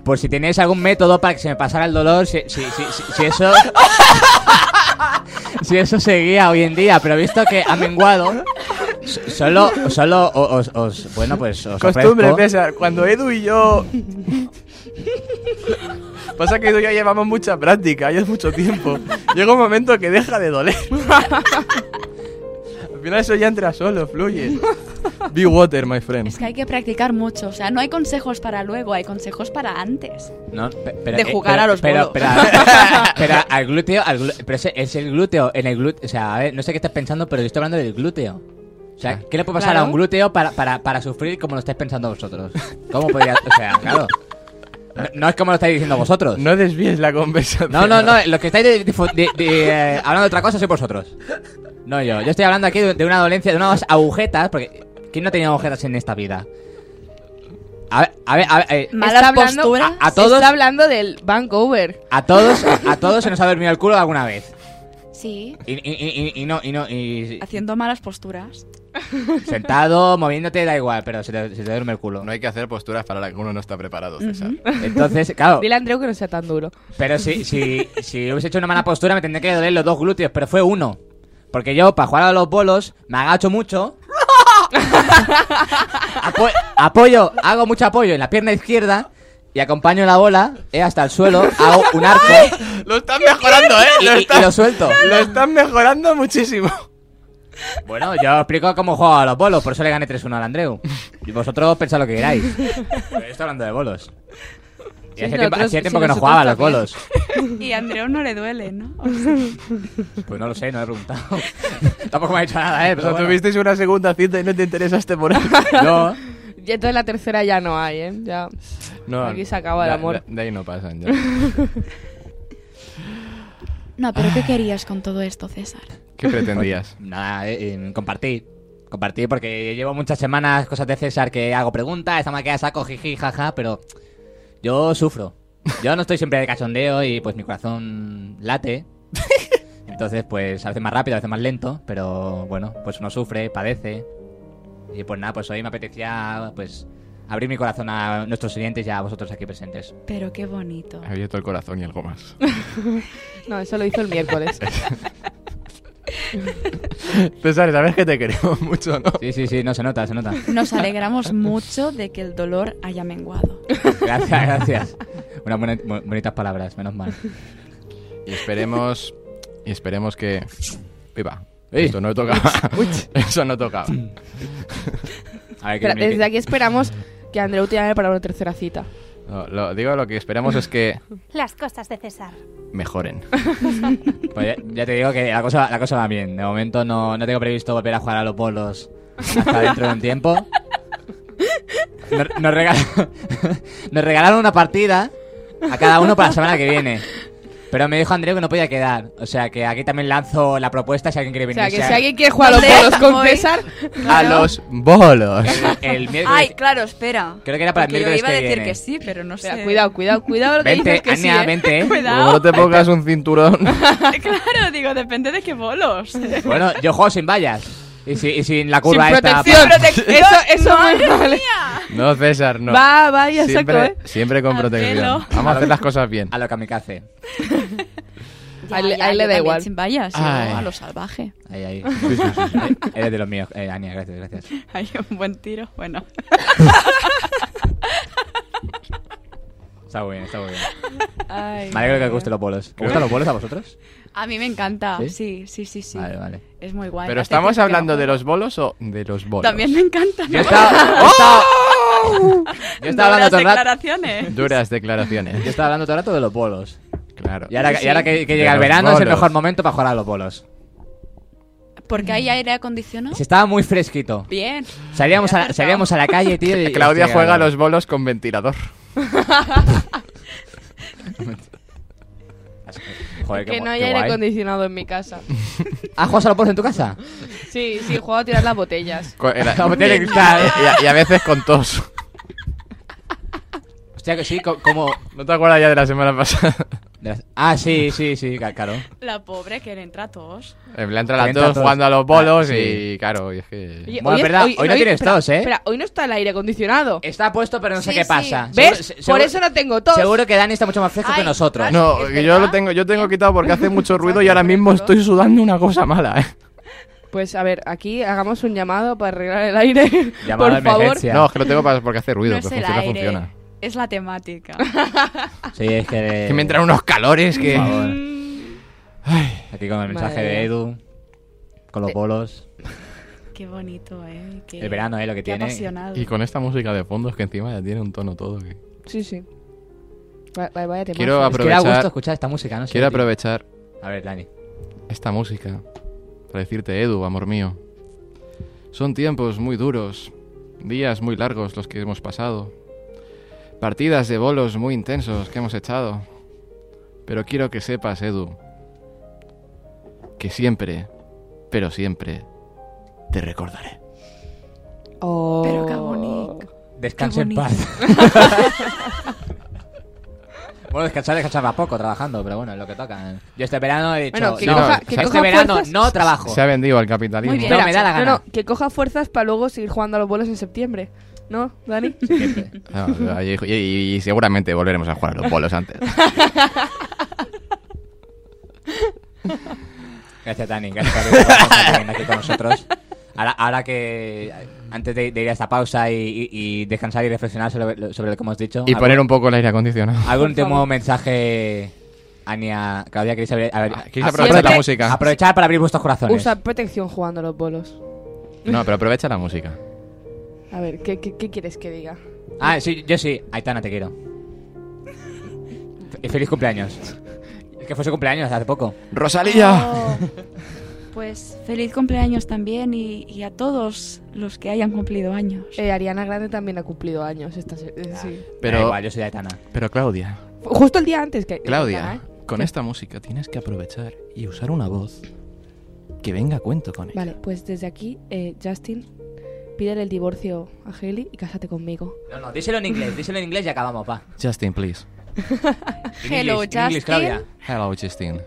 S2: por si tenéis algún método para que se me pasara el dolor, si, si- si- si- si eso, [laughs] si eso seguía hoy en día. Pero visto que ha menguado, so- solo, solo o- os, os- bueno, pues os
S3: Costumbre,
S2: ofrezco-
S3: César. Cuando Edu y [laughs] yo. Pasa que Edu y yo llevamos mucha práctica y es mucho tiempo. Llega un momento que deja de [laughs] doler. Al final eso ya entra solo, fluye. Be water, my
S9: Es
S3: friend.
S9: que hay que practicar mucho, o sea, no hay consejos para luego, hay consejos para antes.
S2: No, pe- pero-
S9: De
S2: eh,
S9: jugar
S2: pero-
S9: a los
S2: pero,
S9: bolos.
S2: Pero,
S9: [laughs]
S2: pero al glúteo, al glú- pero ese- es el glúteo, en el glúteo, o sea, a ver, no sé qué estás pensando, pero yo estoy hablando del glúteo. O sea, ¿qué le puede pasar a
S5: Claro.
S2: un glúteo para, para, para sufrir como lo estáis pensando vosotros? ¿Cómo podría, o sea, claro. No, no es como lo estáis diciendo vosotros.
S3: No desvíes la conversación.
S2: No, no, no, lo que estáis de- difu- de- de, eh, hablando de otra cosa sois vosotros. No yo, yo estoy hablando aquí de, de una dolencia, de unas agujetas, porque ¿quién no tenía agujetas en esta vida? A ver, a ver, a ver, eh,
S9: Mala
S5: Está hablando-
S9: postura.
S2: a todos
S5: Está hablando del Vancouver.
S2: a todos, a todos se nos ha dormido el culo alguna vez.
S9: Sí.
S2: Y, y- y- y- y no, y no, y
S9: Haciendo malas posturas.
S2: sentado, moviéndote, da igual, pero se te, se te duerme el culo.
S3: hay que hacer posturas para las que uno no está preparado, César.
S2: Entonces, claro,
S5: Dile a Andreu que no sea tan duro.
S2: pero si, si, si hubiese hecho una mala postura me tendría que doler los dos glúteos, pero fue uno. Porque yo, para jugar a los bolos, me agacho mucho. Apo- apoyo, hago mucho apoyo en la pierna izquierda y acompaño la bola eh, hasta el suelo, hago un arco
S3: [laughs] Lo están mejorando, eh.
S2: y,
S3: Lo,
S2: y- y
S3: están-
S2: lo suelto.
S3: lo están mejorando [laughs] muchísimo.
S2: Bueno, yo os explico cómo juego a los bolos, por eso le gané 3-1 al Andreu. Y vosotros pensad lo que queráis. Pero yo estoy hablando de bolos. Y
S5: Sí,
S2: hace tiempo,
S5: nosotros-
S2: hacía tiempo
S5: sí,
S2: que no
S5: nosotros
S2: jugaba a los
S5: también.
S2: bolos.
S9: Y a Andreu no le duele, ¿no?
S2: Pues no lo sé, no he preguntado. [laughs] Tampoco me ha dicho nada, ¿eh?
S3: O
S2: Pero
S3: sea,
S2: bueno.
S3: tuvisteis una segunda cita y no te este interesaste por él. [laughs]
S2: No,
S5: Y entonces la tercera ya no hay, ¿eh? Ya.
S3: no.
S5: Aquí se acaba el
S3: Da-
S5: amor.
S3: da- De ahí no pasan. [laughs] ya.
S9: No, pero ¿qué querías con todo esto, César?
S3: ¿Qué [laughs] pretendías?
S2: Nada, eh, eh, compartí. Compartí porque llevo muchas semanas cosas de César que hago preguntas, esta maquilla saco jiji, jaja, pero yo sufro. Yo no estoy siempre de cachondeo y pues mi corazón late. Entonces, pues a veces más rápido, a veces más lento, pero bueno, pues uno sufre, padece. Y pues nada, pues hoy me apetecía pues abrir mi corazón a nuestros oyentes y a vosotros aquí presentes.
S9: Pero qué bonito.
S3: He abierto el corazón y algo más.
S5: No, eso lo hizo
S2: [laughs]
S5: el miércoles.
S3: César, sabes que te queremos [laughs] mucho, ¿no?
S2: Sí, sí, sí, no se nota, se nota.
S9: Nos alegramos mucho de que el dolor haya menguado.
S2: Eh, Gracias, gracias. Unas buena- bu- bonitas palabras, menos mal.
S3: Y esperemos. Y esperemos que. Viva.
S2: Ey.
S3: Esto no [laughs] tocaba. Eso no tocaba.
S2: A ver,
S5: Espera,
S2: que-
S5: desde aquí esperamos que Andreu te llame para una tercera cita.
S3: No, lo- digo, lo que esperamos es que
S6: Las cosas de César.
S9: [laughs]
S3: mejoren.
S2: Pues ya, ya te digo que la cosa, la cosa va bien. De momento no, no tengo previsto volver a jugar a los bolos hasta dentro de un tiempo. Nos, nos regal- [laughs] nos regalaron una partida a cada uno para la semana que viene. Pero me dijo Andreu que no podía quedar. O sea que aquí también lanzo la propuesta si alguien quiere
S5: O
S2: venir.
S5: sea, que
S2: sea-
S5: si alguien quiere jugar a los
S9: ¿Dónde
S5: bolos con
S9: voy?
S5: César,
S3: A los bolos.
S2: El miércoles.
S9: Ay, claro, espera.
S2: eh, Creo que era para el
S9: Porque yo
S2: miércoles
S9: iba a
S2: que
S9: decir
S2: viene.
S9: que sí, pero no sé.
S5: Espera, cuidado, cuidado, cuidado lo que
S2: Vente,
S5: dices que sí,
S2: Ania,
S5: ¿eh?
S2: vente.
S5: [laughs]
S2: ¿eh?
S3: Como no te pongas un cinturón.
S9: [laughs] Claro, digo, depende de qué bolos.
S2: Bueno, yo juego sin vallas. Y, si- y sin la curva
S5: Sin
S2: esta. pues,
S5: protección. Eso, eso es muy mal.
S3: No, César, no.
S5: Va, va, ya saco,
S3: siempre,
S5: ¿eh?
S3: siempre con
S9: Al
S3: protección.
S9: pelo.
S3: Vamos a hacer las cosas bien.
S2: A lo kamikaze.
S5: A él- a él le da igual.
S9: Sin vallas, yo
S3: Ay.
S9: a lo salvaje. [laughs]
S2: Ahí, ahí. Eres de los míos, eh, Ania, gracias, gracias.
S9: Hay un buen tiro, bueno.
S2: Está muy bien, está muy bien.
S9: Ay,
S2: Me alegro que os gusten los bolos. ¿Os gustan los bolos a vosotros?
S9: A mí me encanta.
S2: ¿Sí?
S9: Sí, sí, sí, sí.
S2: Vale, vale.
S9: Es muy guay.
S3: Pero
S9: Hace
S3: estamos
S9: tiempo que
S3: hablando
S9: no
S3: de
S9: juego.
S3: los bolos o de los bolos.
S9: También me encantan.
S2: Yo estaba, yo estaba, yo estaba
S9: [laughs]
S2: hablando
S9: Duras
S2: todo el rato.
S9: declaraciones.
S3: Duras
S2: Yo
S9: [laughs]
S3: declaraciones.
S2: estaba hablando todo el rato de los bolos.
S3: Claro.
S2: Y ahora, y ahora que, que
S3: De
S2: llega el
S3: los
S2: verano es el
S3: bolos.
S2: mejor momento para jugar a los bolos.
S9: [laughs] Porque hay aire acondicionado.
S2: Si estaba muy fresquito.
S9: Bien.
S2: Salíamos a, la,
S9: acertado.
S2: salíamos a la calle, tío. y-
S3: [laughs] Claudia
S2: hostia,
S3: juega a los bolos con [laughs] ventilador.
S2: Joder, qué,
S5: Que no
S2: guay, qué
S5: haya aire
S2: guay.
S5: acondicionado en mi casa.
S2: ¿Has jugado a los bolos en tu casa?
S5: Sí, sí, juego a tirar las botellas.
S3: Co- era-
S2: La botella de
S3: y,
S2: cristal.
S3: a, y a veces con tos.
S2: Hostia, que sí, co- como...
S3: [laughs] ¿No te acuerdas ya de la semana pasada?
S2: de las- Ah, sí, sí, sí, ca- claro.
S9: La pobre que le entra tos.
S3: [laughs] En plan, entre las
S2: Entra
S3: dos
S2: tos.
S3: jugando a los bolos
S2: Ah, sí.
S3: y claro, y es que...
S5: Oye,
S2: Bueno, verdad, hoy no tienes
S5: espera,
S2: tos, ¿eh?
S5: Espera, hoy no está el aire acondicionado.
S2: Está puesto, pero no sé
S9: Sí,
S2: qué
S9: sí.
S2: pasa.
S5: ¿Ves?
S2: Seguro- se-
S5: Por
S2: seguro-
S5: eso no tengo tos.
S2: Seguro que Dani está mucho más fresco que
S9: Ay,
S2: nosotros.
S3: No,
S9: ¿Es
S3: que yo lo
S9: verdad?
S3: tengo, yo tengo quitado porque hace
S9: [laughs]
S3: mucho ruido y
S5: Exacto,
S3: ahora mismo
S5: correcto.
S3: estoy sudando una cosa mala, ¿eh?
S5: Pues a ver, aquí hagamos un llamado para arreglar el aire.
S2: [laughs] Llamado de
S5: por favor.
S2: emergencia. Ya.
S3: No, es que lo tengo para- porque hace ruido,
S9: no es
S3: pero
S9: el
S3: funciona,
S9: aire.
S3: funciona.
S9: Es la temática.
S2: Sí, es que...
S3: Que me entran unos calores que...
S2: Por favor. Aquí con el mensaje
S5: Madre mía.
S2: de Edu, con los bolos,
S9: qué bonito, eh. Qué,
S2: el verano, ¿eh? Lo que
S9: qué
S2: tiene.
S9: apasionado.
S3: Y con esta música de fondos que encima ya tiene un tono todo. que-
S5: Sí, sí. Va- va- Vaya temazo.
S3: Quiero
S2: Es que da gusto
S3: aprovechar,
S2: escuchar esta música, ¿no? sé,
S3: quiero
S2: tío.
S3: aprovechar
S2: A ver, Dani.
S3: esta música para decirte, Edu, amor mío. Son tiempos muy duros, días muy largos los que hemos pasado, partidas de bolos muy intensos que hemos echado. Pero quiero que sepas, Edu, que siempre, pero siempre, te recordaré.
S5: Oh.
S9: Pero qué bonito.
S2: Descansa en
S9: bonito.
S2: paz.
S5: [laughs]
S2: bueno, descansar, descansaba poco trabajando, pero bueno, es lo que toca. Yo este verano he dicho,
S5: Bueno, que
S2: no,
S5: coja-
S3: que
S2: este
S5: coja
S2: verano
S5: fuerzas.
S2: no trabajo.
S3: Se ha vendido al capitalismo.
S9: Muy bien.
S2: No me da la
S5: No,
S2: gana.
S5: no, que coja fuerzas para luego seguir jugando a los bolos en septiembre. ¿No, Dani?
S2: Siempre.
S3: No, no, Ah, y, y- y seguramente volveremos a jugar a los bolos
S2: [laughs]
S3: antes.
S2: Gracias, Dani. Gracias por [laughs] estar también aquí con nosotros. Ahora, ahora que antes de, de ir a esta pausa y, y- y descansar y reflexionar sobre lo, sobre lo que hemos dicho,
S3: Y
S2: ¿algún-
S3: poner un poco el aire acondicionado.
S2: ¿algún
S5: Por favor.
S2: último mensaje, Ania, Claudia? ¿Queréis, abrir- a ver-
S3: Ah, ¿Quieres
S2: a-
S3: aprovechar la
S5: Siempre-
S3: música?
S2: aprovechar para abrir vuestros corazones?
S5: Usa protección jugando a los bolos.
S3: No, pero aprovecha la música.
S5: A ver, ¿qué, qué, qué quieres que diga?
S2: Ah, sí, yo sí. Aitana, te quiero. Y feliz cumpleaños. Es que fue su cumpleaños hace poco.
S3: ¡Rosalía!
S9: [laughs] Pues feliz cumpleaños también y, y a todos los que hayan cumplido años.
S5: Eh, Ariana Grande también ha cumplido años. Esta, se- eh, sí.
S3: Pero,
S2: Da igual, yo soy Aitana.
S3: pero Claudia,
S5: Justo el día antes que. ¿eh?
S3: Claudia, con esta música tienes que aprovechar y usar una voz que venga a cuento con ella.
S5: Vale, pues desde aquí, eh, Justin, pídele el divorcio a Haley y cásate conmigo.
S2: No, no, díselo en inglés, díselo en inglés y acabamos, va.
S3: Justin, please.
S2: En
S9: Hello,
S2: inglés, en inglés,
S9: Justin.
S2: Claudia.
S3: Hello, Justin.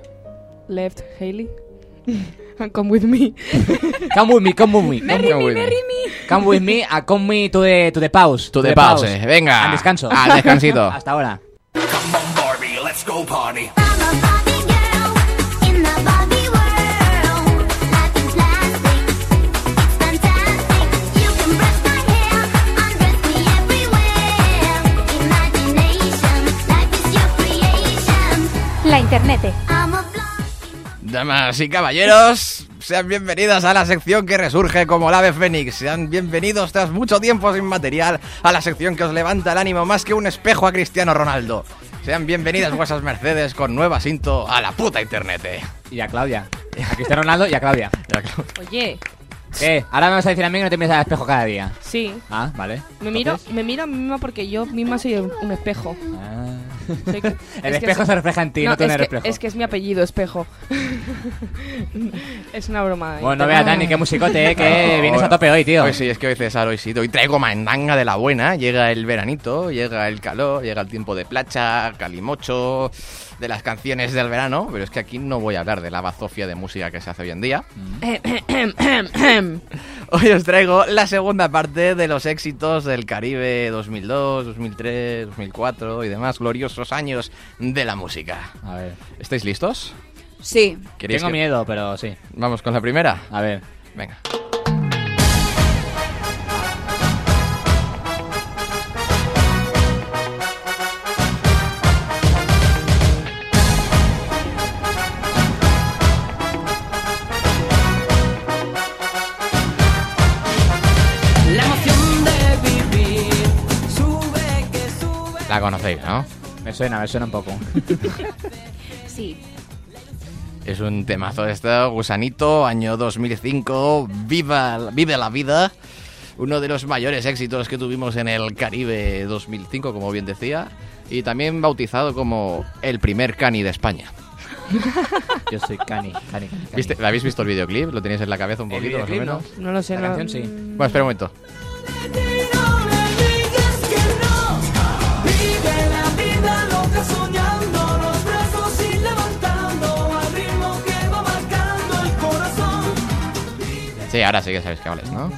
S5: Left Haley. And [laughs] come with me.
S2: Come with me, come with me. Come,
S3: Come with me.
S2: come with me, a come me to the, to the pause.
S3: To the pause, eh. venga.
S2: Al descanso.
S3: Al descansito.
S2: [laughs] Hasta ahora.
S6: La internet.
S3: Damas y caballeros, sean bienvenidas a la sección que resurge como el ave fénix. Sean bienvenidos tras mucho tiempo sin material a la sección que os levanta el ánimo más que un espejo a Cristiano Ronaldo. Sean bienvenidas vuestras mercedes con nueva cinto a la puta internet. eh.
S2: Y a Claudia. A Cristiano Ronaldo y a Claudia.
S5: Oye,
S2: ¿Qué? Ahora me vas a decir a mí que no te mires al espejo cada día.
S5: sí.
S2: Ah, vale.
S5: Me miro,
S2: Entonces,
S5: me miro a mí misma porque yo misma soy un un espejo.
S2: ah. [laughs]
S5: Soy-
S2: El
S5: es que
S2: espejo
S5: es-
S2: se refleja en ti, no, tú en
S5: es
S2: el
S5: que,
S2: espejo.
S5: Es que es mi apellido, espejo. [laughs] es una broma.
S2: Bueno, no
S5: interna.
S2: veas, Dani, qué musicote, eh,
S3: [laughs]
S2: que vienes a tope hoy, tío.
S3: Hoy Pues sí, es que hoy César, hoy sí. Hoy traigo mandanga de la buena. Llega el veranito, llega el calor, llega el tiempo de placha, calimocho, de las canciones del verano. Pero es que aquí no voy a hablar de la bazofia de música que se hace hoy en día.
S2: Mm.
S3: Hoy os traigo la segunda parte de los éxitos del Caribe 2002, 2003, 2004 y demás gloriosos años de la música.
S2: A ver.
S3: ¿Estáis listos?
S9: Sí.
S3: ¿Queréis
S2: Tengo
S3: que-
S2: miedo, pero sí.
S3: Vamos con la primera.
S2: A ver.
S3: Venga.
S10: La emoción de vivir sube que sube.
S3: La conocéis, ¿no?
S2: Me suena, me suena un
S3: [laughs]
S2: poco.
S9: Sí.
S3: Es un temazo esto, Gusanito, año 2005, viva, vive la vida. Uno de los mayores éxitos que tuvimos en el Caribe 2005, como bien decía, y también bautizado como el primer cani de España.
S2: Yo soy Cani, Cani. Cani.
S3: ¿Viste, ¿Habéis visto el videoclip? ¿Lo tenéis en la cabeza un
S2: El
S3: poquito, más o
S2: videoclip,
S3: menos?
S5: No lo sé.
S2: La
S5: no-
S2: canción sí.
S3: Bueno, espera un momento.
S10: Vive la vida loca soñando, los brazos y levantando al ritmo que va marcando el corazón.
S3: Sí, ahora sí que sabéis que hablas, ¿no?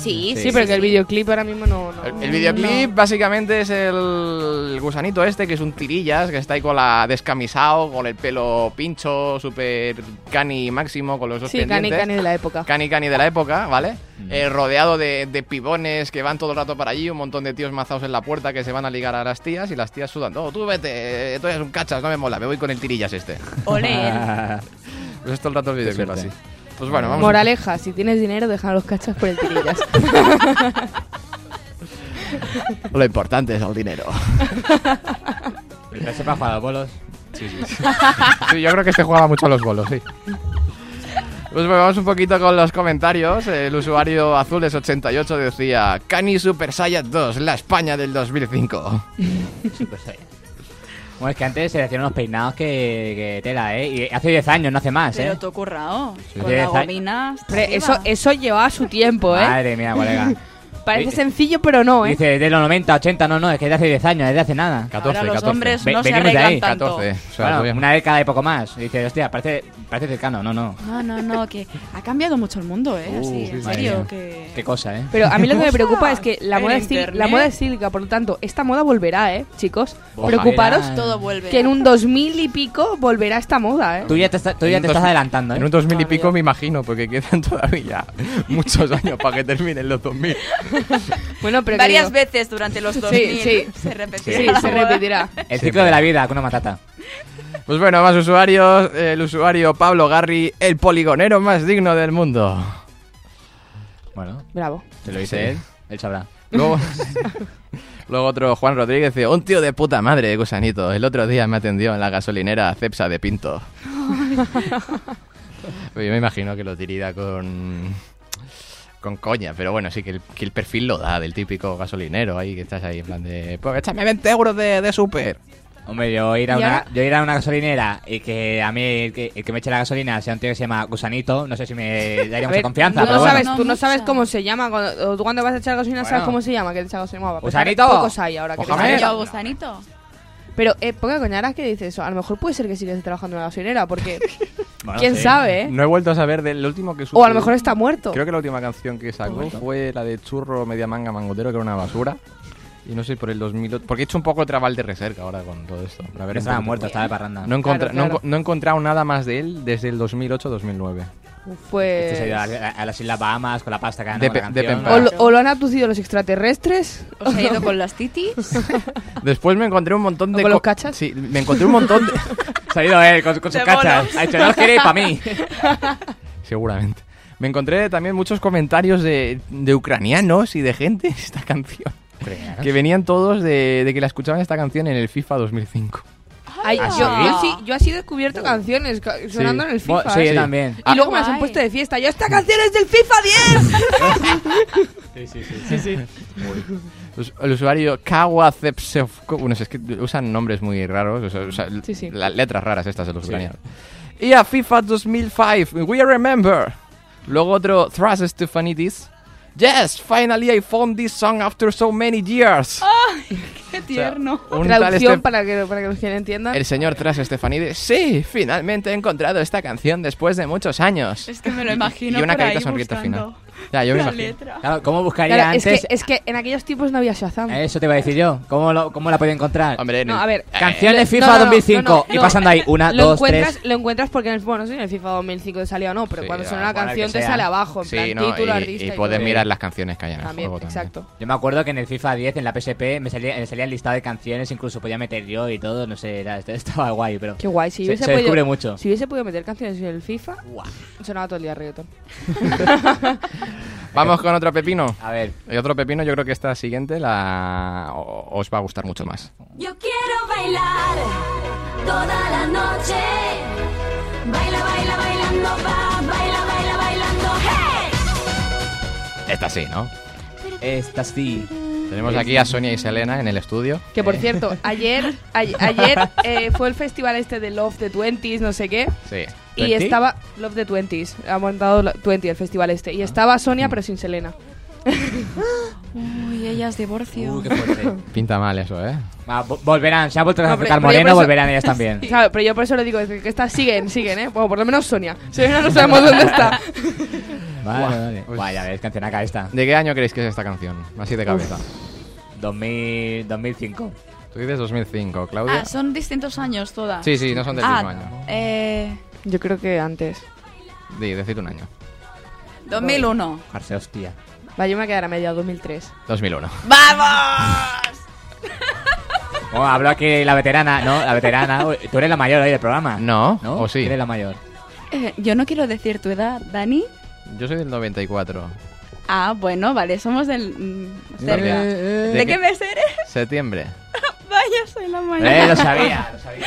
S9: Sí,
S5: Sí, pero que el videoclip ahora mismo no. no-
S3: El, el videoclip básicamente es el gusanito este, que es un tirillas, que está ahí con la descamisado, con el pelo pincho, super cani máximo, con los dos
S5: Sí, Cani
S3: pendientes.
S5: Cani de la época.
S3: Cani Cani de la época, ¿vale? Eh, rodeado de, de pibones que van todo el rato para allí, un montón de tíos mazados en la puerta que se van a ligar a las tías y las tías sudan. No, tú vete, eh, tú eres un cachas, no me mola, me voy con el tirillas este.
S5: [laughs]
S9: Ole.
S3: [laughs]
S2: Ah.
S3: Pues es todo el rato el videoclip
S2: suerte.
S3: así. Pues bueno, vamos.
S5: Moraleja, si tienes dinero, deja los cachas por el
S3: [laughs]
S5: tirillas.
S3: Lo importante es el dinero.
S2: Mientras sepa jugar a los bolos.
S3: [laughs] Sí, yo creo que este jugaba mucho a los bolos, sí. Pues bueno, vamos un poquito con los comentarios. El usuario Azules88 decía: Cani Super Saiyan 2, la España del 2005.
S2: Super Saiyan. Pues, eh, Bueno, es que antes se hacían unos peinados que, que tela, ¿eh? Y hace 10 años, no hace más, ¿eh?
S9: Pero te currao. Con
S2: Sí,
S9: la
S2: está-
S9: gomina. hasta
S5: Hombre, eso,
S9: arriba.
S5: eso llevaba su tiempo, ¿eh?
S2: Madre mía,
S9: [laughs]
S2: colega.
S5: Parece
S2: Sí.
S5: sencillo, pero no, ¿eh?
S2: Dice, de los 90, 80, no, no, es que de hace 10 años, es de hace nada.
S3: 14,
S9: Ahora los
S3: 14.
S9: hombres
S2: Ve-
S9: no se
S2: venimos de
S9: arreglan
S2: ahí,
S9: tanto.
S3: 14. O sea,
S2: bueno,
S3: todavía-
S2: una década y poco más. Y dice, hostia, parece, parece cercano, no, no.
S9: No, no, no, que ha cambiado mucho el mundo, ¿eh?
S3: Uh,
S9: Así, en
S2: madre
S9: serio,
S2: mía.
S9: que...
S2: Qué cosa, ¿eh?
S5: Pero a mí lo
S3: [laughs]
S5: que me
S9: Cosas
S5: preocupa es que la
S9: en
S5: moda, es cíclica- la
S9: internet.
S5: moda es cíclica, por lo tanto, esta moda volverá, ¿eh, chicos?
S3: Ojalá.
S5: Preocuparos
S9: Todo vuelve.
S5: que en un 2000 y pico volverá esta moda, ¿eh?
S2: Tú ya te, está- tú ya
S3: En
S2: te
S3: dos-
S2: estás adelantando,
S3: En un
S2: ¿eh?
S3: 2000 y pico me imagino, porque quedan [laughs] todavía muchos años para que terminen los 2000.
S5: Bueno, pero que
S9: Varias
S5: digo-
S9: veces durante los 2000
S5: sí.
S9: se repetirá.
S5: Sí,
S9: la
S5: se
S9: moda.
S5: repetirá.
S2: El ciclo de la vida, con una matata.
S3: Pues bueno, más usuarios. El usuario Pablo Garri, el poligonero más digno del mundo.
S2: Bueno,
S5: Bravo.
S2: te lo dice
S3: Sí.
S2: él, él sabrá.
S3: Luego, [laughs] luego otro Juan Rodríguez dice, un tío de puta madre de gusanito. El otro día me atendió en la gasolinera Cepsa de Pinto. Pues Yo me imagino que lo tirida con... Con coña, pero bueno, sí que el, que el perfil lo da del típico gasolinero ahí que estás ahí en plan de... Pues échame 20 euros de, de súper.
S2: Hombre, yo ir, a
S3: ¿Y
S2: una,
S3: ahora?
S2: yo ir a una gasolinera y que a mí el que, el que me eche la gasolina sea un tío que se llama Gusanito, no sé si me daría
S5: [laughs] A
S2: mucha
S5: ver,
S2: confianza,
S5: no
S2: pero bueno.
S5: sabes, tú no sabes cómo se llama. Cuando, o tú cuando vas a echar gasolina,
S2: Bueno.
S5: ¿sabes cómo se llama? Que le echa gasolina. Bueno, pues
S2: ¿Gusanito?
S5: Pocos hay ahora. que
S2: Cójame.
S5: te-
S9: Yo, gusanito.
S5: Pero, eh, poca coñaras que dice eso. A lo mejor puede ser que sí que esté trabajando en la gasolinera,
S2: [laughs]
S5: porque.
S3: Bueno,
S5: ¿Quién
S3: sí.
S5: sabe, eh?
S3: No he vuelto a saber del último que supe.
S5: O a lo mejor está muerto.
S3: Creo que la última canción que sacó fue la de Churro Media Manga Mangotero, que era una basura. Y no sé, por el 2008. Porque he hecho un poco trabal de recerca ahora con todo esto. A ver,
S2: Pero estaba
S3: un poquito.
S2: muerto, estaba de parranda.
S3: No, he encontra-
S2: Claro,
S3: no he
S2: claro.
S3: enco- no he encontrado nada más de él desde el 2008-2009.
S5: Pues.
S2: Este se ha ido a, a- a las Islas Bahamas con la pasta que ganó
S3: De
S2: con la
S3: pe- de
S2: canción.
S3: pempa.
S5: O lo, o lo han abducido los extraterrestres.
S9: ¿Os ha ido con las titis?
S3: Después me encontré un montón de.
S5: con los
S3: co- Sí, me encontré un montón de.
S2: Se ha ido él con, con sus
S3: De
S2: cachas.
S3: monos.
S2: Ha dicho, no os queréis para
S5: [laughs]
S2: mí.
S3: [laughs] Seguramente. Me encontré también muchos comentarios de, de ucranianos y de gente esta canción.
S2: ¿Ucranianos?
S3: Que venían todos de, de que la escuchaban esta canción en el FIFA 2005.
S5: Ay,
S2: ¿Ah,
S5: yo,
S2: sí?
S5: yo sí- yo así he descubierto canciones ca- sonando en el
S2: Bueno,
S5: FIFA.
S2: sí,
S5: ¿eh?
S2: yo también.
S5: Y
S2: Ah.
S5: luego me las han puesto de fiesta. ¡Yo esta canción es del FIFA 10!
S2: Sí, sí,
S5: Sí, sí.
S3: Us- El usuario Kawacepsev. Bueno, es que usan nombres muy raros. o sea, o sea, l-
S5: Sí, sí.
S3: las letras raras estas de los ucranianos. Y a FIFA 2005, we remember. Luego otro Thrust Stefanidis. Yes, finally I found this song after so many years.
S5: ¡Ay,
S9: [laughs] qué
S3: tierno! un tal
S5: Ah, Traducción
S3: Estef-
S5: para, que, para que los que no entiendan.
S3: El señor Thrust Stefanidis. Sí, finalmente he encontrado esta canción después de muchos años.
S9: Es que me lo imagino
S3: Y una
S9: por ahí
S3: carita sonriente al final.
S9: buscando
S3: Ya, yo me
S9: la
S3: imagino.
S9: letra.
S2: Claro, ¿cómo buscaría
S5: Claro, es,
S2: antes? Eh,
S5: que, es que en aquellos tiempos no había Shazam.
S2: Eso te iba a decir yo. ¿Cómo, lo- cómo la podía encontrar?
S3: Hombre,
S5: No, a ver.
S2: Canciones
S5: eh,
S2: FIFA
S5: no, no, no,
S2: 2005.
S5: no, no,
S2: y
S5: no.
S2: pasando ahí, una,
S5: lo
S2: dos,
S5: encuentras,
S2: tres.
S5: Lo encuentras porque, en el, bueno, no sé si en el FIFA 2005 te salía o no, pero
S3: Sí,
S5: cuando
S3: da
S5: suena la
S3: igual el que
S5: canción te
S3: sea.
S5: sale abajo, en
S3: Sí,
S5: plan
S3: no,
S5: título,
S3: y-
S5: artista.
S3: y
S5: todo.
S3: puedes mirar las canciones que hay en el
S5: También,
S3: juego también.
S5: exacto.
S2: Yo me acuerdo que en el FIFA 10, en la PSP, me salía, me salía el listado de canciones, incluso podía meter yo y todo, no sé, era, [laughs] estaba guay, pero...
S5: Qué guay, si
S2: se,
S5: hubiese
S2: se
S5: podido-
S2: descubre mucho.
S5: Si hubiese podido meter canciones en el FIFA, sonaba todo el
S2: [laughs]
S5: día reggaeton.
S3: Vamos con otro pepino.
S2: A ver.
S3: Y otro pepino, yo creo que esta siguiente la o- os va a gustar mucho más.
S8: Yo quiero bailar toda la noche. Baila, baila, bailando, va, baila, baila, bailando, hey.
S3: Esta sí, ¿no?
S2: Esta sí.
S3: Tenemos aquí a Sonia y Selena en el estudio.
S5: Que por cierto, ayer, ay- ayer eh, fue el festival este de Love the Twenties, no sé qué.
S3: Sí.
S5: Y estaba Love the Twenties, ha montado la- 20 el festival este.
S2: Ah.
S5: Y estaba Sonia, pero sin Selena.
S9: Uy, ellas Ah, divorcio.
S2: Uh, qué fuerte.
S3: Pinta mal eso, ¿eh?
S2: [laughs] Va, vo- volverán, se ha vuelto a
S5: No, pero-
S2: acercar
S5: pero yo
S2: Moreno,
S5: por eso-
S9: pues,
S2: volverán ellas
S9: [laughs]
S2: también.
S5: Claro, pero yo por eso lo digo, es que estas siguen, siguen, ¿eh? Bueno, por lo menos Sonia. Selena no sabemos dónde está.
S2: Vale, vale.
S9: Pues
S2: Guay, ya ves, canción acá esta.
S3: ¿De qué año creéis que es esta canción? Así de cabeza.
S2: 2000, 2005.
S3: Tú dices 2005, Claudia.
S9: Ah, son distintos años todas.
S3: Sí, sí, no son del
S9: ah,
S3: mismo año.
S9: Eh,
S5: Yo creo que antes.
S3: Di, decid un año.
S9: 2001.
S2: Arce,
S9: [laughs]
S2: hostia.
S5: Va, yo me voy a quedar a media 2003.
S3: 2001.
S9: ¡Vamos!
S2: Bueno, hablo Oh, aquí la veterana, ¿no? La veterana. Uy, Tú eres la mayor hoy del programa.
S3: No,
S2: ¿No?
S3: o sí.
S2: Eres la
S9: [laughs]
S2: mayor.
S9: Eh, yo no quiero decir tu edad, Dani.
S3: Yo soy del 94.
S9: Ah, bueno, vale, somos del... mm, cerca.
S5: eh,
S3: También.
S9: ¿De,
S3: ¿De
S9: qué
S3: qué-
S9: mes eres? [laughs]
S3: Septiembre.
S9: Vaya, soy la mayor.
S2: Eh, lo sabía, lo sabía.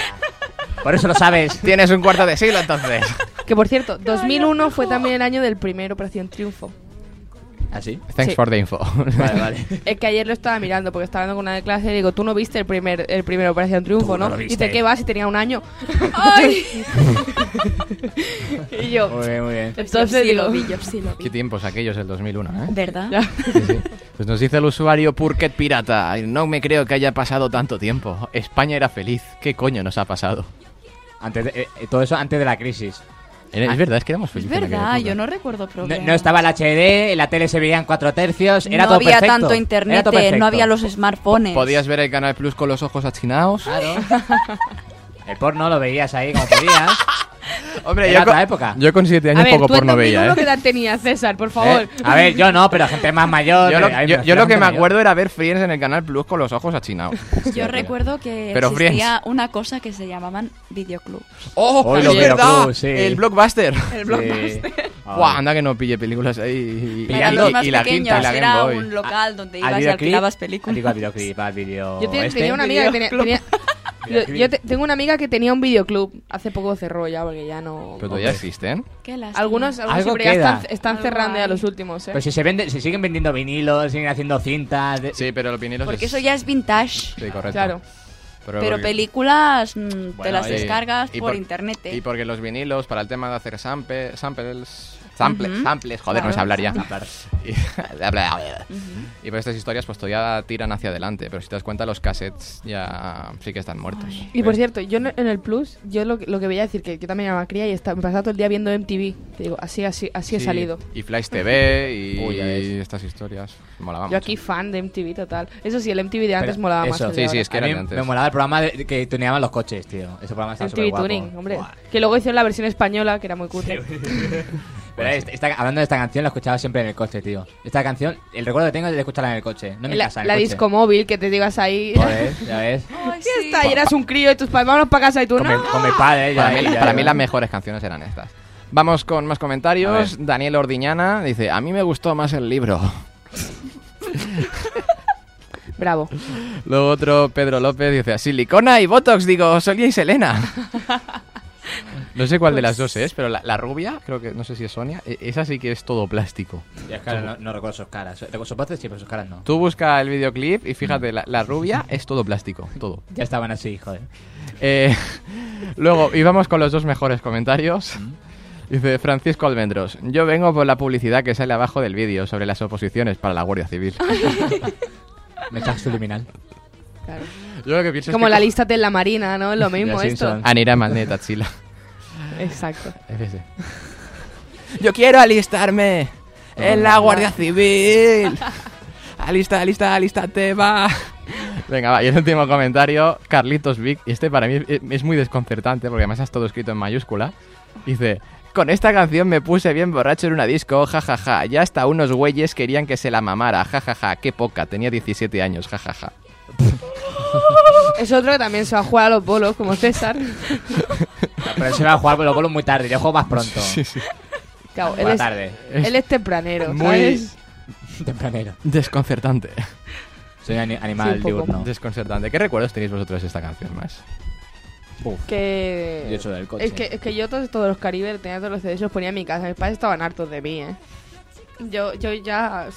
S2: Por eso lo
S3: [laughs]
S2: sabes.
S3: Tienes un cuarto de siglo entonces.
S5: Que por cierto, 2001 fue también el año del primer Operación Triunfo.
S3: ¿Ah,
S2: ¿Así?
S3: Thanks
S5: Sí.
S3: for the info. [laughs]
S2: Vale, vale.
S5: Es que ayer lo estaba mirando porque estaba hablando con una de clase y le digo, tú no viste el primer, el primer Operación Triunfo,
S2: Tú no
S5: ¿no?
S2: lo
S5: y
S2: viste.
S5: te ¿qué vas? Y tenía un año.
S9: ¡Ay!
S5: [laughs] y
S2: [laughs]
S5: yo,
S2: Muy bien, muy bien.
S5: entonces
S9: sí,
S5: digo,
S9: lo
S5: [laughs]
S9: vi, yo sí lo vi.
S3: Qué tiempos aquellos el 2001, ¿eh?
S9: ¿Verdad?
S3: Pues nos dice el usuario Purket Pirata. No me creo que haya pasado tanto tiempo. España era feliz. ¿Qué coño nos ha pasado?
S2: Antes de- eh, eh, todo eso antes de la crisis.
S3: Era- Eh, Es verdad, es que éramos
S9: Es
S3: felices. en aquella
S9: verdad,
S3: época.
S9: yo no recuerdo
S2: No,
S9: problemas.
S2: no estaba el HD, la tele se veía en cuatro tercios, era
S9: no
S2: todo
S9: había
S2: perfecto.
S9: tanto
S2: Era
S9: internet, eh,
S2: todo perfecto.
S9: no había los smartphones.
S3: Podías ver el Canal Plus con los ojos achinados.
S2: El porno lo veías ahí como podías.
S3: [laughs]
S9: [laughs]
S3: Hombre,
S2: Era
S3: yo
S2: otra
S3: con,
S2: época.
S3: yo con 7
S5: a
S3: años
S5: ver,
S3: poco
S5: tú en
S3: porno
S5: 2001
S3: veía,
S5: ¿qué
S3: ¿eh?
S5: edad tenías, César? Por favor.
S2: Eh, A ver, yo no, pero gente más mayor.
S3: Yo lo,
S2: eh, ay,
S3: yo-
S2: me
S3: yo
S2: refiero
S3: lo
S2: a
S3: que
S2: gente
S3: me
S2: mayor.
S3: acuerdo era ver Friends en el Canal Plus con los ojos achinados.
S9: Yo recuerdo que
S3: Pero
S9: existía una cosa que se llamaban videoclub.
S3: ¡Oh,
S2: Hoy
S3: es
S2: lo veo,
S3: verdad!
S2: Cruz, sí.
S3: El blockbuster.
S2: Sí.
S3: Buah, anda que no pille películas ahí. y-
S9: Para
S3: y-
S9: los
S3: y-
S9: más
S3: y la
S9: pequeños,
S3: cinta y la Game
S9: era
S3: Boy.
S9: un local donde
S2: al
S9: ibas y
S2: videoclip,
S9: alquilabas películas.
S2: Digo, al videoclip, al video.
S5: Yo te-
S2: este.
S5: tenía una amiga
S2: [laughs]
S5: que tenía... tenía- yo,
S2: Videoclub.
S5: yo te- tengo una amiga que tenía un videoclub. Hace poco cerró ya, porque ya no...
S3: Pero todavía existen.
S9: [laughs] Qué lástima.
S5: Algunos, algunos
S2: Algo
S5: siempre ya
S2: queda.
S5: están, están
S9: Algo
S5: cerrando ya
S9: hay.
S5: los últimos, ¿eh?
S2: Pero si se venden, si siguen vendiendo vinilos, siguen haciendo cintas. de-
S3: Sí, pero los vinilos.
S9: Porque
S3: es-
S9: eso ya es vintage.
S3: Sí, correcto.
S5: Claro.
S9: Pero
S3: porque-
S9: películas mm, te
S3: Bueno,
S9: las
S3: y-
S9: descargas
S3: y
S9: por, internet. ¿eh?
S3: Y porque los vinilos, para el tema de hacer sample- samples. Samples, samples, joder, no sé hablar ya. [laughs] Y, y por estas historias, pues todavía tiran hacia adelante. Pero si te das cuenta, los cassettes ya sí que están muertos.
S5: Y por cierto, yo no- en el Plus, yo lo, que- lo que veía decir, que yo también era una cría y está, me pasaba todo el día viendo MTV. Te digo, así, así, así he
S3: Sí,
S5: salido.
S3: Y Flash TV y,
S2: [laughs] Uy, ya ves.
S3: y estas historias. Molaba
S5: Yo
S3: mucho.
S5: aquí fan de MTV total. Eso sí, el MTV de antes
S2: Pero
S5: molaba
S2: eso,
S5: más. que el de
S3: sí,
S5: ahora.
S3: es que
S2: a
S3: era
S2: mí
S3: de antes.
S2: me molaba el programa de, que tuneaban los coches, tío. Ese programa está súper
S5: MTV
S2: guapo.
S5: Tuning, hombre. Que luego hicieron la versión española, que era muy curta.
S2: Pero
S3: Pues
S2: esta- esta- hablando de esta canción, la escuchaba siempre en el coche, tío. Esta canción, el recuerdo que tengo es de escucharla en el coche, no en mi
S5: la
S2: casa. en el
S5: la
S2: coche.
S5: disco móvil, que te digas ahí. [laughs]
S2: Joder, ya ves.
S9: Ay, sí.
S5: Fiesta, y eras un crío y tus padres, vámonos para casa y tú
S2: Con,
S5: no.
S2: mi, con mi padre, ya
S3: Para, mí,
S2: ves, ya
S3: para
S2: ves.
S3: mí las mejores canciones eran estas. Vamos con más comentarios.
S2: A
S3: Daniel Ordiñana dice, a mí me gustó más el libro.
S5: Bravo.
S3: Luego otro, Pedro López, dice, silicona y Botox, digo, solíais Elena.
S5: [laughs]
S3: No sé cuál de las
S5: Pues
S3: dos es, pero la, la rubia, creo que, no sé si es Sonia, e- esa sí que es todo plástico.
S2: Ya, claro, no, no recuerdo sus caras. Recuerdo sus voces, sí, pero sus caras no.
S3: Tú busca el videoclip y fíjate, la, la rubia es todo plástico, todo.
S2: Ya estaban así, joder.
S3: Eh, [laughs] luego, íbamos con los dos mejores comentarios.
S5: Mm.
S3: Dice Francisco Almendros, yo vengo por la publicidad que sale abajo del vídeo sobre las oposiciones para la Guardia
S5: [laughs]
S3: Civil.
S2: Mensaje subliminal.
S5: Claro.
S3: Yo lo que pienso
S5: Como
S3: es
S5: la
S3: que...
S5: lista de la marina,
S3: [laughs]
S5: ¿no? Lo mismo
S2: Los
S5: esto. Ah,
S2: Simpsons.
S3: Anira Magneta, Chila.
S5: Exacto.
S3: [laughs] Yo quiero alistarme en la Guardia [laughs] Civil. Alista, alista, alístate, va. Venga, va, y el último comentario, Carlitos Vic, y este para mí es- es muy desconcertante porque además es todo escrito en mayúscula. Dice, con esta canción me puse bien borracho en una disco, jajaja, ya hasta unos güeyes querían que se la mamara, jajaja, qué poca, tenía 17 años, jajaja.
S5: Es otro que también se va a jugar a los bolos, como César.
S2: Pero se va a jugar con los bolos muy tarde, yo juego más pronto.
S5: Claro,
S2: Por
S5: él
S2: la
S5: es,
S2: tarde.
S5: él es tempranero,
S3: Muy-
S5: ¿sabes?
S2: Tempranero.
S3: Desconcertante.
S2: Soy ani- animal
S5: Sí, un poco.
S2: diurno.
S3: Desconcertante. ¿Qué recuerdos tenéis vosotros de esta canción más?
S5: Que...
S2: Yo soy del coche.
S5: Eh, Es que, es que yo todos, todos los caribes tenía todos los CDs, los ponía en mi casa. Mis padres estaban hartos de mí, ¿eh? Yo, yo ya,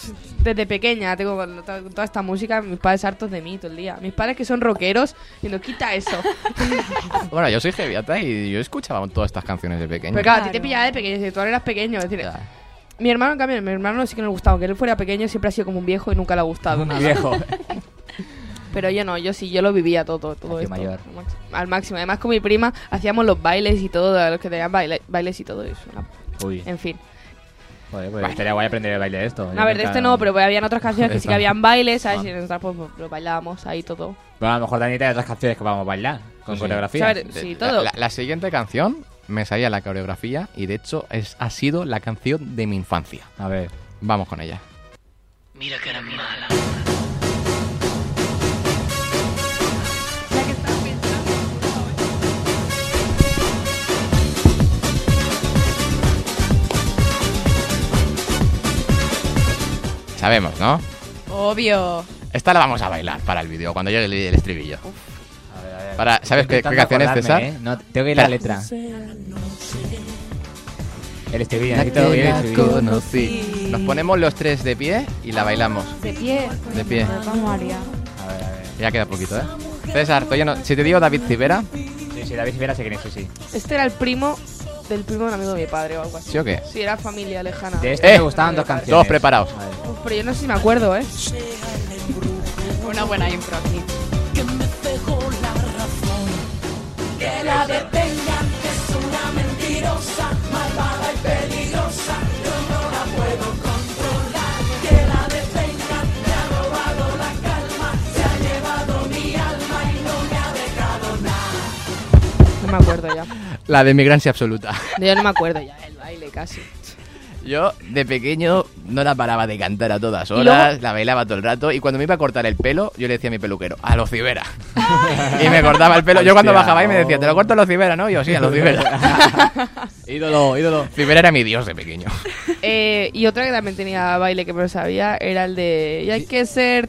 S5: desde pequeña, tengo con to- con toda esta música, mis padres hartos de mí todo el día. Mis padres que son rockeros, y no
S2: [laughs]
S5: quita eso.
S3: Bueno, yo soy Heviata y yo escuchaba todas estas canciones de pequeño.
S5: Pero claro, a ti te
S9: Claro.
S5: pillaba de pequeño, si tú ahora eras pequeño. es decir,
S3: Ya.
S5: mi hermano, en cambio, mi hermano sí que no le gustaba. Aunque él fuera pequeño, siempre ha sido como un viejo y nunca le ha gustado
S2: Mi
S5: nada. [laughs]
S2: viejo.
S5: Pero yo no, yo sí, yo lo vivía todo, todo
S2: Hacia
S5: esto.
S2: mayor.
S5: Al máximo. Al máximo. Además, con mi prima hacíamos los bailes y todo, los que tenían baile- bailes y todo eso. ¿no?
S2: Uy,
S5: En fin.
S2: joder, pues estaría guay aprender el baile de esto. Yo
S5: Em- A ver, de
S2: nunca-
S5: este no, pero pues habían otras canciones que sí que
S3: Esta.
S5: habían bailes, ¿sabes? Y nosotras pues, pues, lo bailábamos ahí todo.
S2: Bueno, a lo mejor Dani tiene otras canciones que vamos a bailar con
S3: Sí.
S2: coreografía.
S5: A ver, sí, todo.
S3: La, la- la siguiente canción me salía la coreografía y de hecho es, ha sido la canción de mi infancia.
S2: A ver.
S3: Vamos con ella. Sabemos, ¿no?
S9: Obvio.
S3: Esta la vamos a bailar para el vídeo, cuando llegue el, el estribillo. Para, ¿Sabes qué, qué
S2: Intentando
S3: canción es,
S2: acordarme,
S3: César?
S2: ¿eh? No, tengo que ir a la letra. El estribillo, necesito ir al estribillo.
S3: conocí. Nos ponemos los tres de pie y la bailamos.
S9: De pie.
S3: De pie.
S9: Vamos, Aria.
S3: Ya queda poquito, ¿eh? César, estoy lleno- si te digo David Civera,
S2: Sí, sí, David Civera sé quién es, sí, sí.
S5: Este era el primo del primo de un amigo de mi padre o algo así.
S3: ¿sí o qué?
S5: Sí, era familia lejana.
S2: De este
S3: Eh.
S2: me gustaban dos canciones.
S3: Todos preparados.
S2: A ver.
S5: Uf, Pero yo no sé si me acuerdo, ¿eh?
S9: Una buena impro aquí.
S5: No me acuerdo ya.
S3: La de migrancia absoluta.
S5: Yo no me acuerdo ya el baile casi.
S3: Yo, de pequeño, no la paraba de cantar a todas
S5: luego-
S3: horas, la bailaba todo el rato. Y cuando me iba a cortar el pelo, yo le decía a mi peluquero, a
S2: [laughs]
S3: los cibera. y me cortaba el pelo. Yo cuando
S2: Hostia,
S3: bajaba y me decía, te lo corto a los cibera, ¿no? Y yo, sí, a
S2: [laughs]
S3: los cibera.
S2: ídolo, ídolo.
S3: Cibera era mi dios de
S5: [laughs]
S3: pequeño.
S5: Eh, y otra que también tenía baile que me lo sabía era el de. Y hay que ser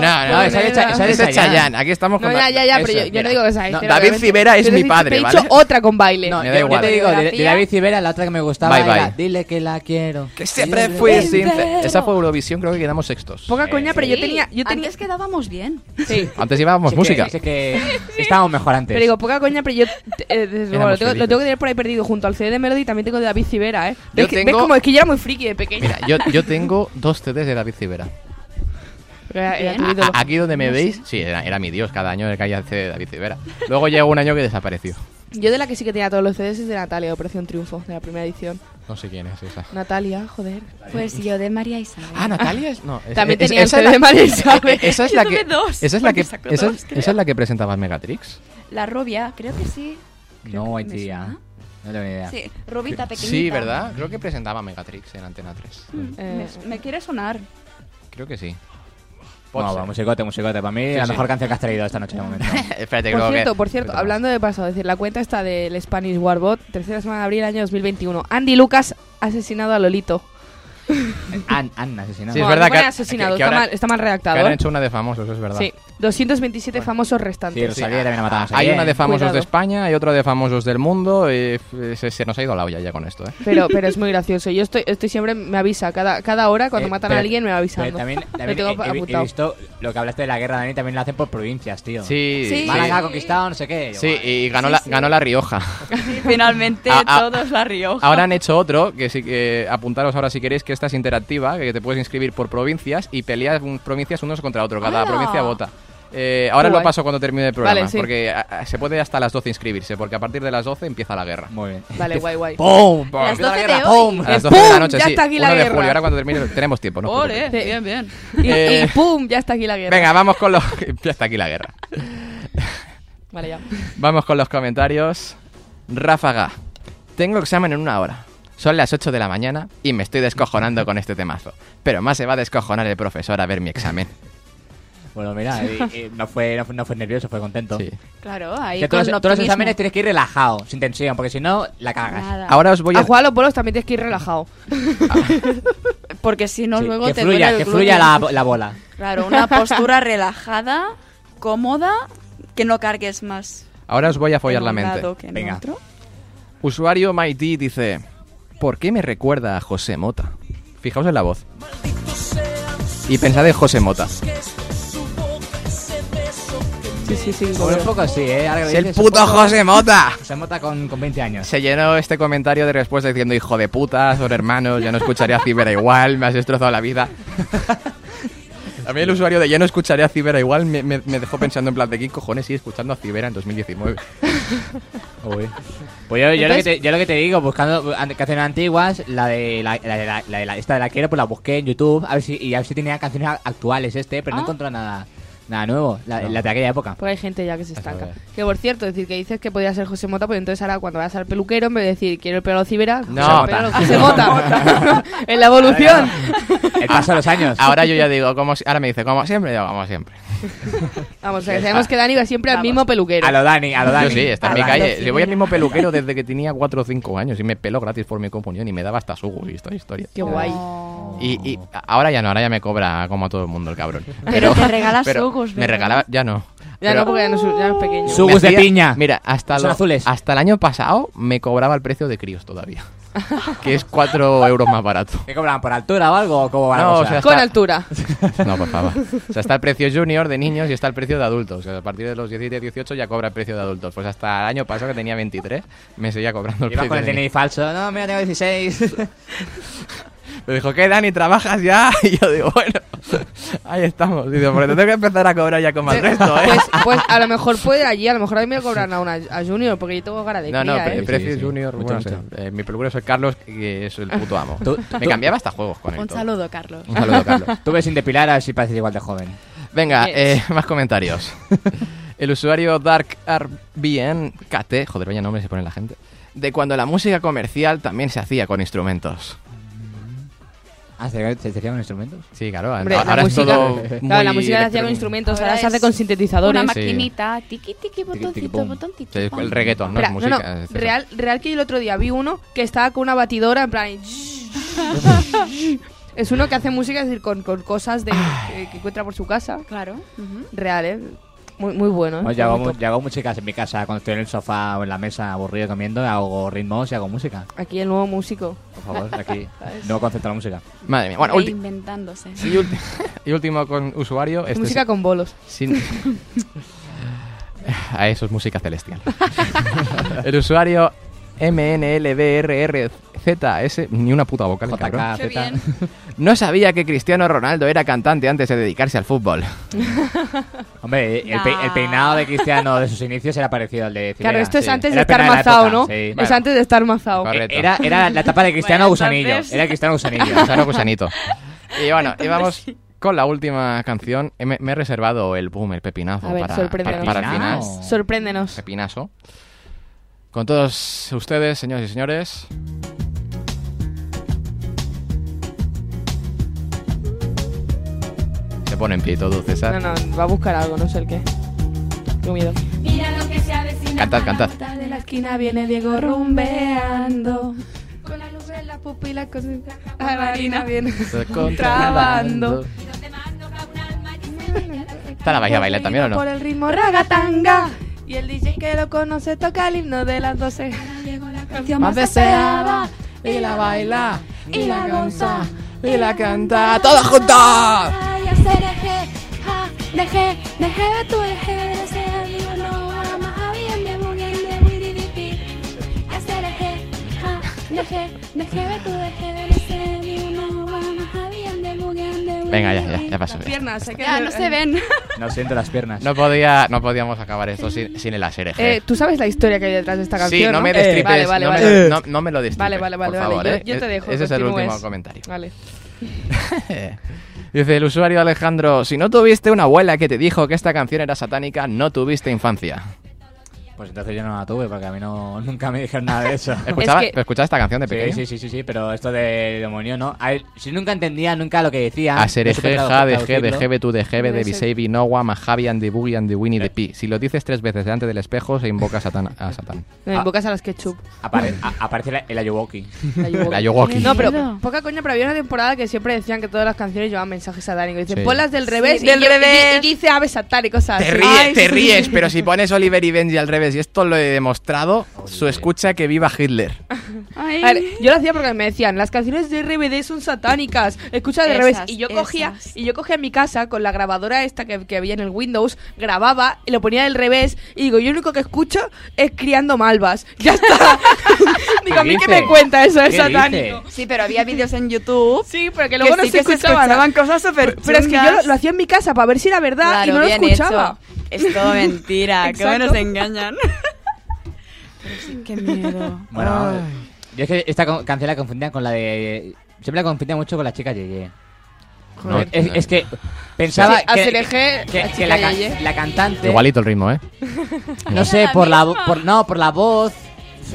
S3: No, no, esa es Cha- esa es
S5: Torera".
S3: Chayanne. Aquí estamos con
S5: No,
S3: la-
S5: ya, ya, ya,
S3: eso,
S5: pero yo, yo
S3: mira.
S5: no digo que sea
S3: No,
S5: Cibera,
S3: David
S5: obviamente.
S3: Cibera es
S5: Pero
S3: mi
S5: te-
S3: padre,
S5: te he
S3: ¿vale?
S5: dicho otra con baile.
S2: No,
S3: Me
S2: yo,
S3: da
S2: yo
S3: igual.
S2: te digo, de, de
S5: Biografía.
S2: David Civera, la otra que me gustaba
S3: Bye,
S2: era
S3: bye.
S2: Dile que la quiero.
S3: Que siempre fui sincero. Esa fue Eurovisión, creo que quedamos sextos.
S5: Poca coña, pero yo tenía. Yo tenía
S9: Antes quedábamos bien.
S5: sí.
S3: Antes llevábamos
S2: Sí que-
S3: música.
S2: sí que estábamos mejor antes.
S5: Pero digo, poca coña, pero yo eh, desde
S3: Éramos
S5: luego, lo, tengo, lo
S3: felices.
S5: tengo que tener por ahí perdido junto al CD de Melody también tengo de David Civera, ¿eh? ¿Ves, que- ves
S3: tengo-
S5: como es que yo era muy friki de pequeño?
S3: Mira, yo, yo tengo dos CDs de David Civera.
S5: Era- era tu
S3: A-
S5: ídolo.
S3: Aquí donde me veis, sí, era, era mi dios. Cada año el calle hace David Civera. Luego llegó un año que desapareció.
S5: Yo de la que sí que tenía todos los CDs es de Natalia, Operación Triunfo, de la primera edición.
S3: No sé quién es esa.
S5: Natalia, joder.
S9: Pues yo de María Isabel.
S3: Ah, Natalia es. No, es-
S5: También
S3: es-
S5: tenía
S3: esa es
S5: el
S3: la-
S5: CD de María
S3: [laughs]
S5: Isabel.
S3: Esa es
S9: Yo
S3: la
S9: tuve
S3: que.
S9: dos,
S3: Esa es la que.
S9: porque sacó
S3: Esa
S9: dos,
S3: es,
S9: creo.
S3: esa es la que presentaba Megatrix.
S9: La rubia, creo que sí.
S2: no, hay
S9: me
S2: tía.
S9: suena.
S2: No tengo ni idea.
S9: Sí, rubita pequeñita.
S3: Sí, ¿verdad? Creo que presentaba Megatrix en Antena 3.
S5: Eh,
S9: Me, me quiere sonar.
S3: Creo que sí. Pot
S2: No,
S3: ser.
S2: va,
S5: [laughs]
S2: musicote, musicote. Para mí,
S3: Sí,
S2: la
S3: sí.
S2: mejor canción que has traído esta noche de momento.
S3: Espérate,
S5: Por
S3: creo
S5: cierto,
S3: que.
S5: por cierto, hablando de pasado, es decir, la cuenta está del Spanish Warbot, tercera semana de abril, año 2021. Andy Lucas asesinado a Lolito.
S2: Han, han asesinado.
S3: Sí, es
S5: No,
S3: verdad
S5: no pone
S3: que-
S5: asesinado,
S3: que- que
S5: está,
S3: ahora-
S5: mal, está mal
S3: Que
S5: redactado.
S3: han
S5: ¿eh?
S3: hecho una de famosos, es verdad.
S5: Sí, 227 famosos
S2: Sí,
S5: restantes.
S3: Sí,
S2: Rosalía también ha matado a no sé
S3: Ah, Hay
S2: quién.
S3: una de famosos
S5: Cuidado.
S3: de España, hay otra de famosos del mundo. eh, f- se, se nos ha ido la olla ya con esto, ¿eh?
S5: Pero, pero es muy gracioso. Yo estoy, estoy siempre, me avisa. Cada, cada hora cuando
S2: Eh,
S5: matan a
S2: pero-
S5: alguien me va avisando.
S2: Pero
S3: [laughs]
S2: también,
S5: Lo
S2: también
S5: tengo
S2: he- he, he
S5: apuntado.
S2: visto lo que hablaste de la guerra, Dani, también lo hacen por provincias, tío.
S3: Sí,
S9: Sí.
S2: Málaga ha
S3: sí.
S2: conquistado no sé qué. Yo,
S3: Sí,
S2: vale.
S3: y ganó, la,
S9: sí.
S3: ganó la
S5: [laughs]
S3: Rioja.
S9: [laughs] Finalmente
S3: Ah, ah.
S9: todos la Rioja.
S3: Ahora han hecho otro, que sí que apuntaros ahora si queréis, que esta es interactiva, que te puedes inscribir por provincias y peleas un- provincias unos contra otros, cada
S9: ¡Hala!
S3: provincia vota. Eh, ahora
S5: Qué
S3: lo
S5: guay.
S3: paso cuando termine el programa,
S5: Vale, sí.
S3: porque a- a- se puede hasta las 12 inscribirse, porque a partir de las 12 empieza la guerra.
S2: Muy bien.
S5: Vale, guay, guay.
S2: ¡Pum!
S9: Las
S2: Empieza la
S9: 12 de
S2: guerra,
S9: hoy.
S2: ¡pum!
S3: A las
S5: ¡Eh,
S3: 12 de la
S5: pum!
S3: noche,
S5: Ya
S3: sí.
S5: está aquí la
S3: 1 de
S5: guerra.
S3: julio, ahora cuando termine tenemos tiempo, ¿no? os
S11: Ole,
S3: preocupéis.
S11: bien, bien.
S5: Y,
S3: Eh,
S5: y ¡pum! Ya está aquí la guerra.
S3: Venga, vamos con los... [laughs] ya está aquí la guerra.
S5: Vale, ya.
S3: Vamos con los comentarios. Ráfaga. Tengo examen en una hora. Son las 8 de la mañana y me estoy descojonando con este temazo. Pero más se va a descojonar el profesor a ver mi examen.
S2: Bueno, mira, eh, eh, no, fue, no, fue, no fue nervioso, fue contento.
S3: Sí.
S9: Claro, ahí
S2: Que
S9: con
S2: todos,
S9: el
S2: todos los
S9: optimismo.
S2: exámenes tienes que ir relajado, sin tensión, porque si no, la cagas.
S9: Nada.
S3: Ahora os voy
S5: A
S3: a...
S5: jugar a los bolos también tienes que ir relajado.
S9: Porque si no,
S2: Sí,
S9: luego
S2: que
S9: te
S2: fluya,
S9: duele el
S2: que
S9: glúteo.
S2: fluya la, la bola.
S9: Claro, una postura relajada, cómoda, que no cargues más.
S3: Ahora os voy a follar
S9: en
S3: la
S9: un
S3: mente.
S9: lado que en
S2: Venga.
S9: otro.
S3: Usuario Mighty dice... ¿Por qué me recuerda a José Mota? Fijaos en la voz. Y pensad en José Mota.
S5: Sí, sí, sí.
S2: Bueno, un poco sí, ¿eh? Ahora que lo
S3: ¡Es el
S2: dices, un
S3: puto
S2: poco-
S3: José Mota!
S2: Se mota con, con 20
S9: [laughs]
S2: años.
S3: Se llenó este comentario de respuesta diciendo hijo de puta, son hermanos, ya no escucharé a Cibera igual, me has destrozado la vida. [laughs] A mí el usuario de ya no escucharé a Cibera igual me, me- me dejó pensando en plan de qué cojones sigue escuchando a Cibera en 2019.
S2: Pues yo, yo lo que
S5: Entonces-
S2: te, yo lo que te digo, buscando an- canciones antiguas, la de la, la de la- la de la- esta de la quiero, pues la busqué en YouTube a ver si, y a ver si tenía canciones a- actuales este, pero no
S9: Ah.
S2: encontré nada, nada nuevo, la,
S3: No.
S2: la de aquella época.
S5: Porque hay gente ya que se estanca.
S3: es.
S5: Que por cierto, decir que dices que podría ser José Mota, pues entonces ahora cuando vas al peluquero, en vez de decir quiero el pelo cibera,
S3: No.
S5: José, Mota.
S3: Mota.
S5: José Mota. [laughs] en la evolución.
S2: El paso de
S3: [laughs]
S2: los años.
S3: Ahora yo ya digo, como, si- ahora me dice, como siempre, digo, como siempre.
S5: Vamos, o sea, que sabemos que Dani va siempre al
S9: Vamos.
S5: mismo peluquero.
S2: A lo Dani, a lo Dani.
S3: Yo sí, está en
S2: A
S3: mi
S2: lo Dani.
S3: calle. Yo voy al mismo peluquero desde que tenía 4 o 5 años y me peló gratis por mi comunión y me daba hasta sugo y esta historia.
S5: Qué guay. [laughs]
S3: Y, y ahora ya no, ahora ya me cobra como a todo el mundo el cabrón.
S9: Pero te
S3: [laughs]
S9: regalas
S3: pero
S9: sugos,
S3: Me
S9: ¿verdad?
S3: regalaba, ya no.
S5: Ya
S3: Pero-
S5: no, porque ya no, es- ya no es pequeño.
S2: Su- Sugus
S3: Me
S2: de piña.
S3: Mira, hasta,
S2: Son
S3: lo-
S2: azules.
S3: hasta el año pasado me cobraba el precio de críos todavía. que es 4 euros más barato.
S2: ¿Qué cobraban? ¿Por altura o algo? ¿O cómo va la
S3: No,
S2: cosa?
S3: o sea,
S5: Con
S3: está- [laughs]
S5: altura.
S3: No, por favor. O sea, está el precio junior de niños y está el precio de adultos. O sea, a partir de los 17, 18 ya cobra el precio de adultos. Pues hasta el año pasado, que tenía 23, me seguía cobrando el
S2: Ibas
S3: precio.
S2: con el
S3: de
S2: DNI
S3: niños.
S2: falso. No, mira, tengo
S3: [laughs]
S2: 16.
S3: Me dijo, ¿qué, Dani? ¿Trabajas ya? [laughs] Y yo digo, bueno, ahí estamos. Dice, porque te tengo que empezar a cobrar ya como el resto, ¿eh?
S5: Pues, pues a lo mejor puede allí, a lo mejor a mí me cobran a una a Junior, porque yo tengo cara de
S3: No, no,
S5: cría,
S3: pero
S5: ¿eh?
S3: el precio
S2: Sí, sí,
S3: junior,
S2: mucho,
S3: bueno, no sé.
S2: mucho.
S3: Eh, mi peluquero es el Carlos, que es el puto amo.
S2: Tú-
S3: me cambiaba hasta juegos con él.
S11: Un
S3: todo.
S11: saludo, Carlos.
S3: Un saludo, Carlos.
S2: Tú ves sin depilar, a ver si pareces igual de joven.
S3: Venga,
S5: Yes.
S3: eh, [laughs] más comentarios. El usuario DarkRBNKT, joder, vaya nombre se pone la gente, de cuando la música comercial también se hacía con instrumentos.
S2: Ah, ¿se, se, se hacía con instrumentos?
S3: Sí, claro.
S5: Hombre, la música- claro, la música la hacía con instrumentos, ahora, se hace con sintetizadores.
S9: Una maquinita, tiqui tiqui,
S3: tiqui,
S9: botoncito,
S3: pum.
S9: botoncito.
S3: Sí,
S9: pam.
S3: el reggaetón, no
S5: Espera,
S3: es
S5: no,
S3: música.
S5: no,
S3: es-
S5: real, real que el otro día vi uno que estaba con una batidora en plan... y
S3: [laughs]
S5: es uno que hace música, es decir, con, con cosas de,
S3: Ah.
S5: que, que encuentra por su casa.
S9: Claro.
S5: Real, ¿eh? Muy, muy bueno, ¿eh?
S2: Bueno, Pues yo, hago,
S5: Muy
S2: mu-
S5: top.
S2: yo hago músicas en mi casa cuando estoy en el sofá o en la mesa aburrido comiendo, hago ritmos y hago música.
S5: Aquí el nuevo músico.
S2: Por favor, aquí. no concepto de la música.
S3: Madre mía. Bueno, ulti-
S9: Reinventándose.
S3: y, ulti- [laughs] y último con usuario. este
S5: música
S3: sí-
S5: con bolos. [laughs]
S3: sin- A eso es música celestial. [laughs] el usuario MNLBRRZS. Ni una puta vocal, el
S2: JK,
S3: cabrón.
S2: Qué Z. bien.
S3: No sabía que Cristiano Ronaldo era cantante antes de dedicarse al fútbol.
S2: Hombre, el, pe- el peinado de Cristiano de sus inicios era parecido al de Cimera.
S5: Claro, esto es
S2: Sí.
S5: antes
S2: Era
S5: de
S2: el
S5: estar
S2: peinado de la
S5: mazao,
S2: época,
S5: ¿no?
S2: sí.
S5: Es
S2: Bueno.
S5: antes de estar mazao.
S3: Correcto.
S2: Era, era la etapa de Cristiano
S3: Bueno,
S2: Gusanillo.
S3: entonces-
S2: Era Cristiano
S3: [laughs]
S5: [laughs]
S2: Gusanillo.
S3: Gusano gusanito. pues, Y bueno, y vamos con la última canción. Eh, Me, me he reservado el boom, el pepinazo
S5: A ver,
S3: para,
S5: sorpréndenos.
S3: para, para el final.
S5: Pepinazo. Sorpréndenos.
S3: Pepinazo. Con todos ustedes, señores y señores. Se pone en pie todo, César.
S5: No, no, va a buscar algo, no sé el qué. Tengo miedo.
S8: Mira lo que se avecina.
S3: Cantad, cantad.
S12: De la esquina viene Diego rumbeando. Con la luz en la pupila, con la marina viene
S3: Contrabando. ¿Esta la vais a bailar también o
S12: Por
S3: no?
S12: el ritmo ragatanga. Y el DJ que lo conoce toca el himno de las 12. canción
S8: más deseada.
S12: Y la baila.
S8: Y la goza.
S3: Y la canta. ¡Todas juntas!
S8: Ay, hacer eje, ja, deje, deje de tu eje, de ese amigo no ama, Ah, había de mujer de wiridipi. Hacer eje, ja, deje, deje de tu eje, de ese amigo no ama, había de mujer de wiridipi.
S3: Venga, ya, ya, ya pasó.
S5: Piernas, se
S9: Ya, no se ven.
S2: No siento las piernas.
S3: No, podía, no podíamos acabar esto sin, sin el hacer eje.
S5: Eh, Tú sabes la historia que hay detrás de esta canción.
S3: Sí, no me
S5: Eh,
S3: destripes.
S5: vale, vale,
S3: no,
S5: vale.
S3: Me, no- no me lo destripes.
S5: Vale, vale, vale.
S3: por
S5: vale.
S3: favor,
S5: yo,
S3: ¿eh?
S5: yo te dejo.
S3: Ese es el
S5: continúes.
S3: último
S5: [laughs]
S3: comentario.
S5: Vale.
S3: Dice el usuario Alejandro: Si no tuviste una abuela que te dijo que esta canción era satánica, no tuviste infancia.
S2: Pues entonces yo no la tuve porque a mí no, nunca me dijeron nada de eso.
S3: ¿Escuchaba, escuchaba esta canción de pequeño?
S2: Sí, sí, sí, sí, sí, pero esto de demonio no. A ver, si nunca entendía nunca lo que decía.
S3: A ser
S2: no
S3: eje,
S2: supe
S3: ja, de
S2: traducirlo.
S3: Ah, G, de Gebe, tu de Gebe, de Bisebi, Nowa, Mahavi, and the Boogie, and the Winnie, the Pi. Si lo dices tres veces delante del espejo, se invoca a Satán. A Satán.
S5: Me invocas a las ketchup.
S2: Apare- a- aparece la- el
S3: [laughs]
S2: Ayuwoki.
S3: La Yowoki.
S5: No, pero poca coña, pero había una temporada que siempre decían que todas las canciones llevaban mensajes satánicos. Dicen,
S3: Sí.
S5: ponlas del revés,
S12: Sí,
S5: y,
S12: del
S5: yo- y-
S12: revés.
S5: y dice aves satánicos. cosas
S3: Te
S5: así.
S3: ríes,
S5: Ay,
S3: te
S5: sí.
S3: ríes, pero si pones Oliver y Benji al revés, y esto lo he demostrado, su escucha que viva Hitler.
S5: A ver, yo lo hacía porque me decían, las canciones de RBD son satánicas, escucha de
S9: Esas,
S5: revés. Y yo cogía, y yo cogía en mi casa con la grabadora esta que, que había en el Windows, grababa y lo ponía del revés. Y digo, yo lo único que escucho es criando malvas. [laughs] Ya está. digo, a mí que me cuenta eso, es satánico.
S9: Sí, pero había vídeos en YouTube.
S5: Sí, pero que luego no se escuchaban.
S9: cosas súper
S5: Pero es que yo lo,
S9: chungas.
S5: lo hacía en mi casa para ver si era verdad
S9: Claro,
S5: y no lo
S9: bien
S5: escuchaba.
S9: hecho. Es todo [laughs] mentira, cómo
S5: Exacto.
S9: nos engañan. Pero sí, qué miedo.
S2: Bueno, yo es que esta con- canción la confundía con la de. Siempre la confundía mucho con la chica Yeye.
S3: Joder.
S2: es, es que pensaba
S5: Sí,
S2: que,
S5: hacer eje,
S2: que-
S5: la
S2: que
S5: chica
S2: la, ca-
S5: Yeye.
S2: la cantante.
S3: Igualito el ritmo, ¿eh?
S2: No sé, por la, vo- por, no, por la voz.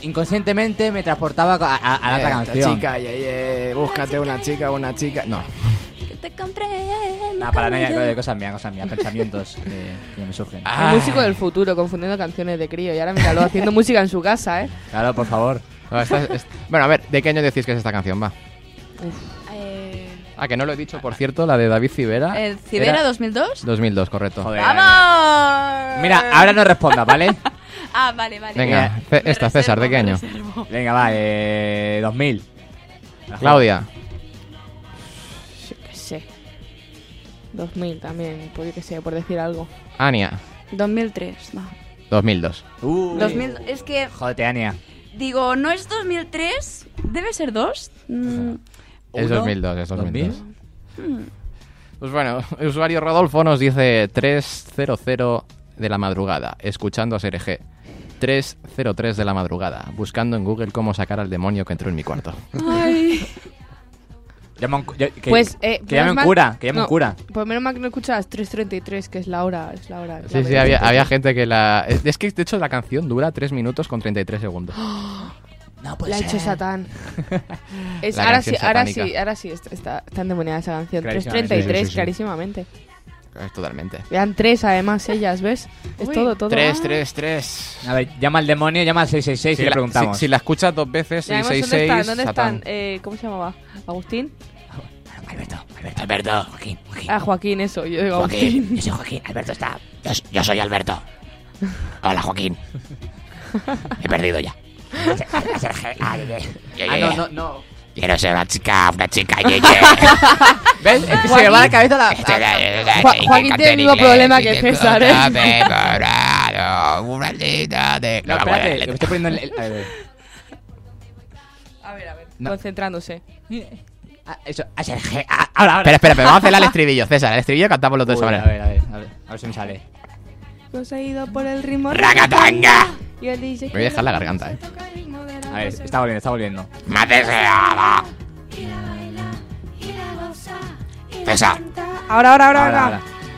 S2: Inconscientemente me transportaba a, a- a la otra
S3: Esta
S2: canción.
S3: Chica, ye, ye, búscate una chica, una chica. No.
S8: Te compré.
S2: Nah, paranoia, co- cosas mías, cosas mías, pensamientos que, que me surgen.
S3: Ah.
S5: El
S2: Ah.
S5: músico del futuro, confundiendo canciones de crío. Y ahora míralo haciendo [laughs] música en su casa, ¿eh?
S2: Claro, por favor.
S3: No, esta es- es- Bueno, a ver, ¿de qué año decís que es esta canción? Va.
S9: Eh,
S3: Ah, que no lo he dicho, por cierto, la de David Civera.
S9: ¿El Cibera
S3: Era
S9: 2002?
S3: 2002, correcto.
S9: ¡Vamos!
S2: Mira, ahora no respondas, ¿vale?
S9: Ah, vale, vale.
S3: Venga,
S2: Mira,
S3: Ce- esta, César, ¿de qué año?
S2: Venga, va, eh, 2000.
S3: Claudia,
S5: Yo qué sé. 2000 también, por yo qué sé, por decir algo.
S3: Ania,
S9: 2003, no.
S3: 2002.
S2: Uh,
S9: 2000, es que,
S2: Jódete, Ania.
S9: digo, no es 2003, debe ser Mm, 2.
S3: Es
S2: Uno,
S3: 2002, es 2002.
S2: 2000.
S3: Pues bueno, el usuario Rodolfo nos dice 3.00 de la madrugada, escuchando a Serg. 3.03 de la madrugada, buscando en Google cómo sacar al demonio que entró en mi cuarto.
S2: Llama a un cu- yo- que,
S5: pues, eh,
S2: que llame un
S5: menos mal-
S2: cura, que llame un
S5: no,
S2: cura.
S5: Pues menos mal que no escuchas 3.33, que es la hora, es la hora.
S3: Sí,
S5: clave.
S3: sí, había, había gente que la... Es es que, de hecho, la canción dura 3 minutos con 33 segundos.
S2: No
S5: La ha
S3: [laughs]
S5: hecho Satán. Es-
S3: La
S5: ahora, sí,
S3: canción
S5: ahora
S3: satánica.
S5: sí, ahora sí está, está, está endemoniada esa canción.
S3: Clarísimamente.
S5: 333,
S3: Sí, sí, sí.
S5: clarísimamente.
S3: Eh, Totalmente.
S5: Vean tres además ellas, ¿ves? Es
S3: Uy.
S5: todo, todo.
S3: Tres,
S5: Ah.
S3: tres, tres.
S2: A ver, llama al demonio, llama al 666
S3: Si
S2: y le
S3: la-
S2: preguntamos.
S3: si- si la escuchas dos veces,
S5: Y además, ¿dónde están? ¿Dónde están? Eh, ¿Cómo se llamaba? ¿Agustín?
S13: Alberto, Joaquín, Joaquín.
S5: Ah, Joaquín, eso. Yo digo
S3: [laughs]
S13: Joaquín,
S5: Agustín.
S13: yo soy Joaquín. Alberto está. Yo, yo soy Alberto. Hola, Joaquín. Me he perdido
S5: [laughs]
S13: ya.
S2: Ah,
S3: Eh.
S2: no, no, no.
S13: Quiero ser una chica, una chica. ye, ye.
S5: [laughs]
S2: ¿Ves? Es que se le va la cabeza la-
S13: Este, eh, eh,
S5: Jua-
S13: eh,
S5: Joaquín
S13: canto
S5: tiene
S13: en
S5: el mismo
S13: inglés,
S5: problema que
S13: y te
S5: César, ¿eh?
S13: corta de
S8: [laughs]
S13: morado, una linda de-
S2: No,
S13: me acuerdo
S2: espérate,
S13: la
S2: que me
S13: letra.
S2: estoy poniendo el- el- a ver.
S3: [laughs]
S2: No.
S5: Concentrándose.
S2: Ah, eso, ah, se- je- ah, ahora, ahora.
S3: Espera, espera, espera, vamos a hacer el estribillo, César. El estribillo cantamos los dos
S2: Uy,
S3: de esa
S2: A ver,
S3: manera.
S2: a ver, a ver, a ver si me sale.
S14: Poseído por el ritmo.
S13: ¡Ragatanga!
S14: Y el DJ.
S3: Me voy a dejar la garganta, eh.
S2: A ver, está volviendo, está volviendo.
S13: Más deseada. César.
S5: Ahora, ahora, ahora,
S13: Ahora,
S5: ahora.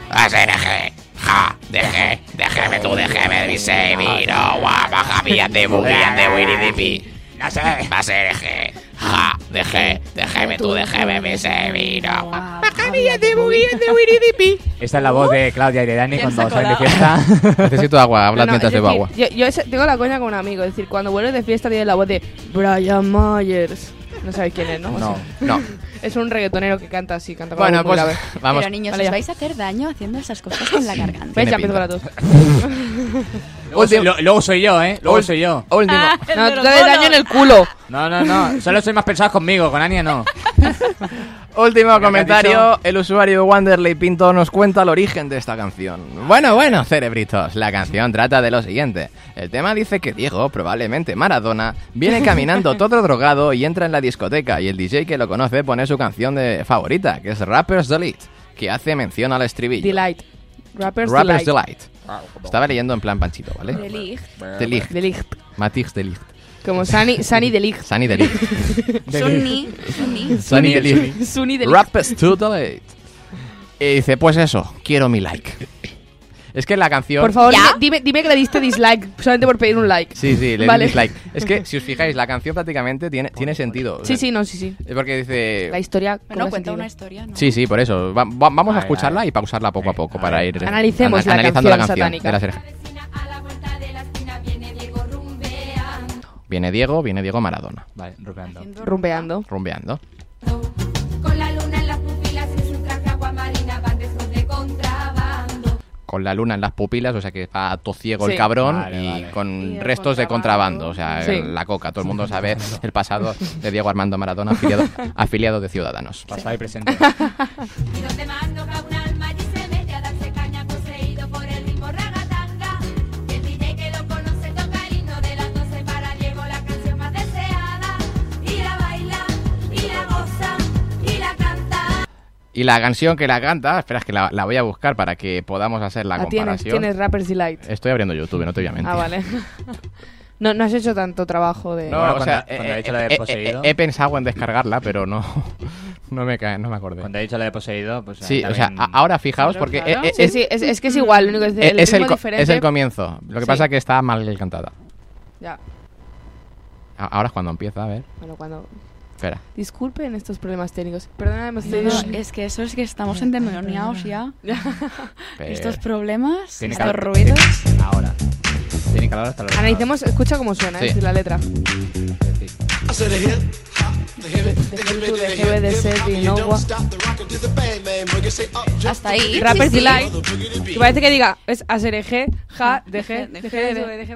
S13: ahora. A ser eje. Ja, deje, déjeme tú, déjeme de mi seviro, guapa, japilla de buguía de wiridipi. No sé. Va a ser eje. Ja, deje, déjeme tú, déjeme mi seviro, guapa.
S2: Esta es la voz de Claudia y de Dani
S5: Ya
S2: cuando
S5: se ha
S2: salen de
S5: colado.
S2: fiesta.
S3: [laughs] Necesito agua, hablad
S5: No, no,
S3: mientras
S5: es
S3: bebo
S5: decir,
S3: agua.
S5: Yo, yo ese- tengo la coña con un amigo. Es decir, cuando vuelves de fiesta tienes la voz de Brian Myers. No sabéis quién es, ¿no? O
S3: No,
S5: sea,
S3: no.
S5: es un reggaetonero que canta así, canta con
S3: Bueno,
S5: la voz muy
S3: pues,
S5: grave.
S3: vamos.
S9: Pero niños,
S5: Vale,
S9: os
S5: ya.
S9: vais a hacer daño haciendo esas cosas con la garganta.
S5: Ves,
S3: pinta.
S5: ya empiezo para todos.
S14: [laughs]
S2: Luego, soy- lo- luego soy yo, ¿eh? Luego soy yo.
S5: No, tú te das daño en el culo.
S2: No, no, no. Solo soy más pensados conmigo, con Ania no.
S3: Último comentario,
S2: dicho?
S3: el usuario Wanderley Pinto nos cuenta el origen de esta canción. Bueno, bueno, cerebritos, la canción trata de lo siguiente. El tema dice que Diego, probablemente Maradona, viene caminando todo drogado y entra en la discoteca y el DJ que lo conoce pone su canción de favorita, que es Rapper's Delight, que hace mención al estribillo.
S5: Delight. Rappers,
S3: Rapper's
S5: Delight.
S3: Delight. Estaba leyendo en plan panchito, ¿vale?
S9: Delicht.
S3: Delicht.
S5: Delicht.
S3: Matix Delicht.
S5: Como Sunny, Sunny Delight.
S3: Sunny
S5: [laughs]
S3: Delicht.
S9: Sunny, Sunny.
S3: Sunny Delight.
S5: Sunny Delight.
S3: Rappers to the late. Y dice, pues eso, quiero mi like. Es que la canción...
S5: Por favor, dime, dime que le diste dislike solamente por pedir un like.
S3: Sí, sí, le di
S5: Vale.
S3: dislike. Es que,
S5: [laughs]
S3: si os fijáis, la canción prácticamente tiene, tiene sentido.
S5: Sí, sí, no, sí, sí.
S3: Es Porque dice...
S5: La historia.
S9: Bueno,
S5: cobra
S9: cuenta
S5: sentido.
S9: una historia, ¿no?
S3: Sí, sí, por eso. Va- va- vamos a
S2: Vale,
S3: escucharla y pausarla poco a poco para ir
S5: Analicemos la
S3: analizando
S5: canción
S3: la canción.
S5: satánica.
S3: de la Serja. Viene Diego, viene Diego Maradona,
S2: Vale, rupeando.
S5: Rumbeando.
S3: rumbeando.
S8: Con la luna en las pupilas en su traje aguamarina van después de contrabando.
S3: Con la luna en las pupilas, o sea que está todo ciego
S5: Sí.
S3: el cabrón
S2: Vale,
S3: y
S2: vale.
S3: con
S5: Y el
S3: restos de contrabando, o sea,
S5: Sí.
S3: la coca. Todo el mundo sabe
S2: [laughs]
S3: el pasado de Diego Armando Maradona, afiliado, afiliado de Ciudadanos.
S2: Pasado y
S5: [laughs]
S2: presente.
S8: Y donde más toca un alma y se mete a darse caña poseído por el ritmo ragatanga. Y el DJ que lo conoce toca el himno de las 12 para Diego la canción más deseada. Y la baila, y la goza, y la canta.
S3: Y la canción que la canta, espera, es que la, la voy a buscar para que podamos hacer la
S5: Ah, tienes,
S3: comparación. Eh,
S5: tienes Rappers Delight.
S3: Estoy abriendo YouTube, no te voy a mentir.
S5: Ah, vale. No, no has hecho tanto trabajo de.
S3: No,
S2: Bueno,
S3: o
S2: cuando-
S3: sea,
S2: cuando
S3: eh,
S2: he hecho la de
S3: eh, eh,
S2: poseído.
S3: he pensado en descargarla, pero no, [laughs] no me cae, no me acordé.
S2: Cuando he dicho la de poseído, pues.
S3: Sí,
S2: ahí
S3: o sea,
S2: también-
S3: a- ahora fijaos porque eh, eh,
S5: Sí,
S3: es,
S5: sí, es, es que es igual, lo único que es
S3: eh,
S5: el
S3: es el,
S5: ritmo
S3: co-
S5: diferente.
S3: es el comienzo. Lo que
S5: Sí.
S3: pasa es que está mal cantada.
S5: Ya,
S3: A- Ahora es cuando empieza, a ver.
S5: bueno, cuando.
S3: Espera.
S5: Disculpen estos problemas técnicos. Perdona, hemos
S9: No,
S5: tenido.
S9: no, eh. es que eso es que estamos endemoniados ya.
S3: espera.
S9: Estos problemas,
S2: Tiene
S9: estos
S2: calor.
S9: ruidos.
S2: Ahora. Tiene calor hasta los.
S5: [laughs] Analicemos, escucha cómo suena,
S3: Sí.
S5: es decir, la letra.
S9: Hasta ahí.
S5: Rappers
S9: sí, sí.
S5: Delight. Que parece que diga, es ASRG,
S9: Ah,
S5: ja, deje, deje, deje, deje.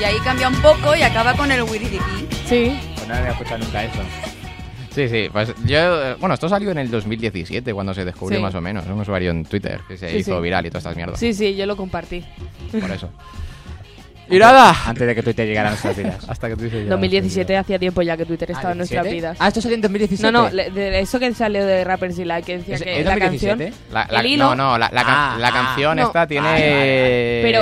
S9: Y ahí cambia un poco y acaba con el wiridipi.
S5: Sí.
S2: Pues no había escuchado nunca eso.
S3: Sí, sí. Pues yo, eh, bueno, esto salió en el 2017 cuando se descubrió
S5: Sí.
S3: más o menos. Un usuario en Twitter que se
S5: Sí,
S3: hizo
S5: sí.
S3: viral y todas estas mierdas.
S5: Sí, sí, yo lo compartí.
S3: Por eso. Y nada.
S2: Antes de que tú te llegaran nuestras vidas.
S3: Hasta que tú dices ya,
S5: 2017 hacía tiempo ya que Twitter estaba en nuestras
S2: 17?
S5: vidas.
S2: Ah, esto salió en 2017.
S5: No, no, le- de eso que salió de Rappers Delight, que decía
S2: ¿Es-
S5: que
S2: es
S5: la
S2: 2017?
S5: canción.
S3: La, la-
S5: El
S3: no,
S5: hilo.
S3: no, la, la can-
S2: Ah,
S3: la
S2: ah.
S3: canción
S5: No.
S3: esta tiene.
S2: Vale,
S5: vale,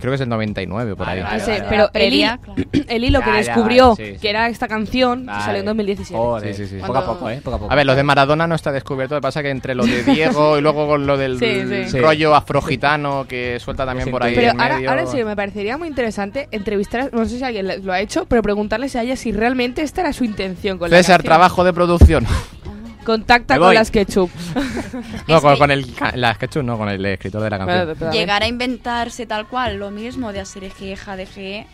S3: Creo que es el 99 por ahí.
S2: Vale,
S5: No sé,
S2: vale,
S5: pero
S9: vale.
S5: el, hi- [clears throat]
S9: Previa, claro.
S5: el hilo que
S2: Ya, ya,
S5: descubrió
S2: vale, sí, sí.
S5: que era esta canción que
S2: Vale. Oh,
S5: salió en 2017.
S2: Joder.
S3: Sí, sí, sí.
S2: Poco a poco, ¿eh? Poco a poco.
S3: A ver, lo de Maradona no está descubierto. Lo que pasa que entre lo
S5: [laughs]
S3: de Diego y luego con lo del
S5: Sí, sí.
S3: rollo afrogitano que suelta también por ahí
S5: Pero
S3: en
S5: ahora,
S3: medio.
S5: ahora sí, me parecería muy interesante entrevistar, a- no sé si alguien la- lo ha hecho, pero preguntarles a ella si realmente esta era su intención con la
S3: César,
S5: canción.
S3: trabajo de
S5: [laughs]
S3: producción.
S5: Contacta
S3: Me
S5: con
S3: voy.
S5: las ketchup.
S2: Ah,
S3: No, con, con el, ca- la sketchup, no, con el escritor de la
S5: [laughs]
S3: canción.
S9: Llegar a inventarse tal cual lo mismo de hacer eje, eja, deje.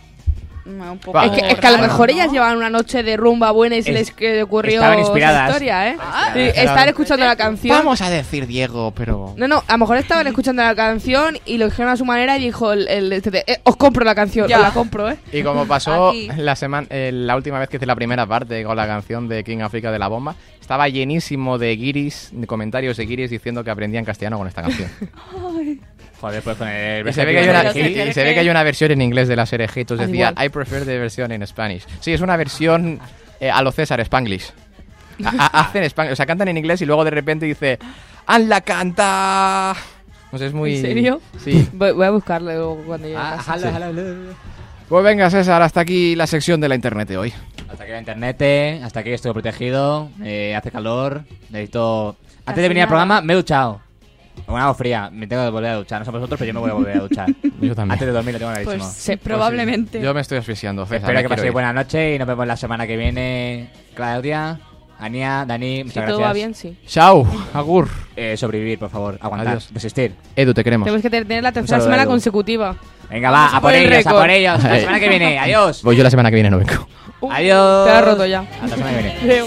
S9: Un poco
S5: Es que, es que a lo
S9: raro,
S5: mejor
S9: ¿no?
S5: ellas llevan una noche de rumba buena y se
S3: Es-
S5: les que- ocurrió
S3: estaban
S5: esa
S3: inspiradas.
S5: historia, ¿eh?
S3: Estaban
S5: Sí,
S3: inspiradas.
S5: estaban escuchando la canción.
S3: Vamos a decir Diego, pero.
S5: No, no, a lo mejor estaban escuchando la canción y lo dijeron a su manera y dijo el, el- este de, "Eh, os compro la canción,
S3: Ya.
S5: os la compro, ¿eh?
S3: Y como pasó
S5: Aquí.
S3: la semana, eh, la última vez que hice la primera parte con la canción de King Africa de la bomba, estaba llenísimo de guiris, de comentarios de guiris diciendo que aprendían castellano con esta canción.
S2: Joder, pues con el...
S3: Y se, ve que hay una, y- y se ve que hay una versión en inglés de la serie Hitos. Decía, I prefer the versión en Spanish. Sí, es una versión eh, a lo César, Spanglish. A- a- hacen Spanglish. O sea, cantan en inglés y luego de repente dice, ¡An la canta! No sé, es muy.
S5: ¿En serio?
S3: Sí.
S5: Voy, voy a buscarlo luego cuando llegue.
S2: Ah,
S5: a casa.
S3: jala, jala, Pues venga, César, hasta aquí la sección de la internet de hoy.
S2: Hasta aquí la internet, hasta aquí estoy protegido, eh, hace calor, necesito... Antes de
S3: Casi
S2: venir al
S3: nada.
S2: programa me he duchado. Con agua fría, me tengo que volver a duchar. No sé vosotros, pero yo me voy a volver a duchar.
S3: [laughs] Yo también.
S2: Antes de dormir lo tengo clarísimo.
S9: Pues sí, probablemente.
S3: Yo me estoy asfixiando, César.
S2: Espero
S3: me
S2: que
S3: quiero
S2: paséis
S3: ir.
S2: buena noche y nos vemos la semana que viene. Claudia, Ania, Dani, muchas gracias.
S5: todo va bien, sí.
S3: Chao, agur.
S2: Eh, sobrevivir, por favor. Aguantar,
S3: Adiós.
S2: resistir.
S3: Edu, te queremos.
S5: Tenemos que te- tener la tercera
S2: saludo,
S5: semana
S2: Edu.
S5: consecutiva.
S2: Venga, va, a por
S5: Buen
S2: ellos, a
S5: récord.
S2: por ellos. La semana que
S5: [laughs]
S2: viene, adiós.
S3: Voy yo la semana que viene, no vengo.
S2: Adiós.
S5: Te la has roto ya.
S2: Hasta la semana que viene.
S5: Creo.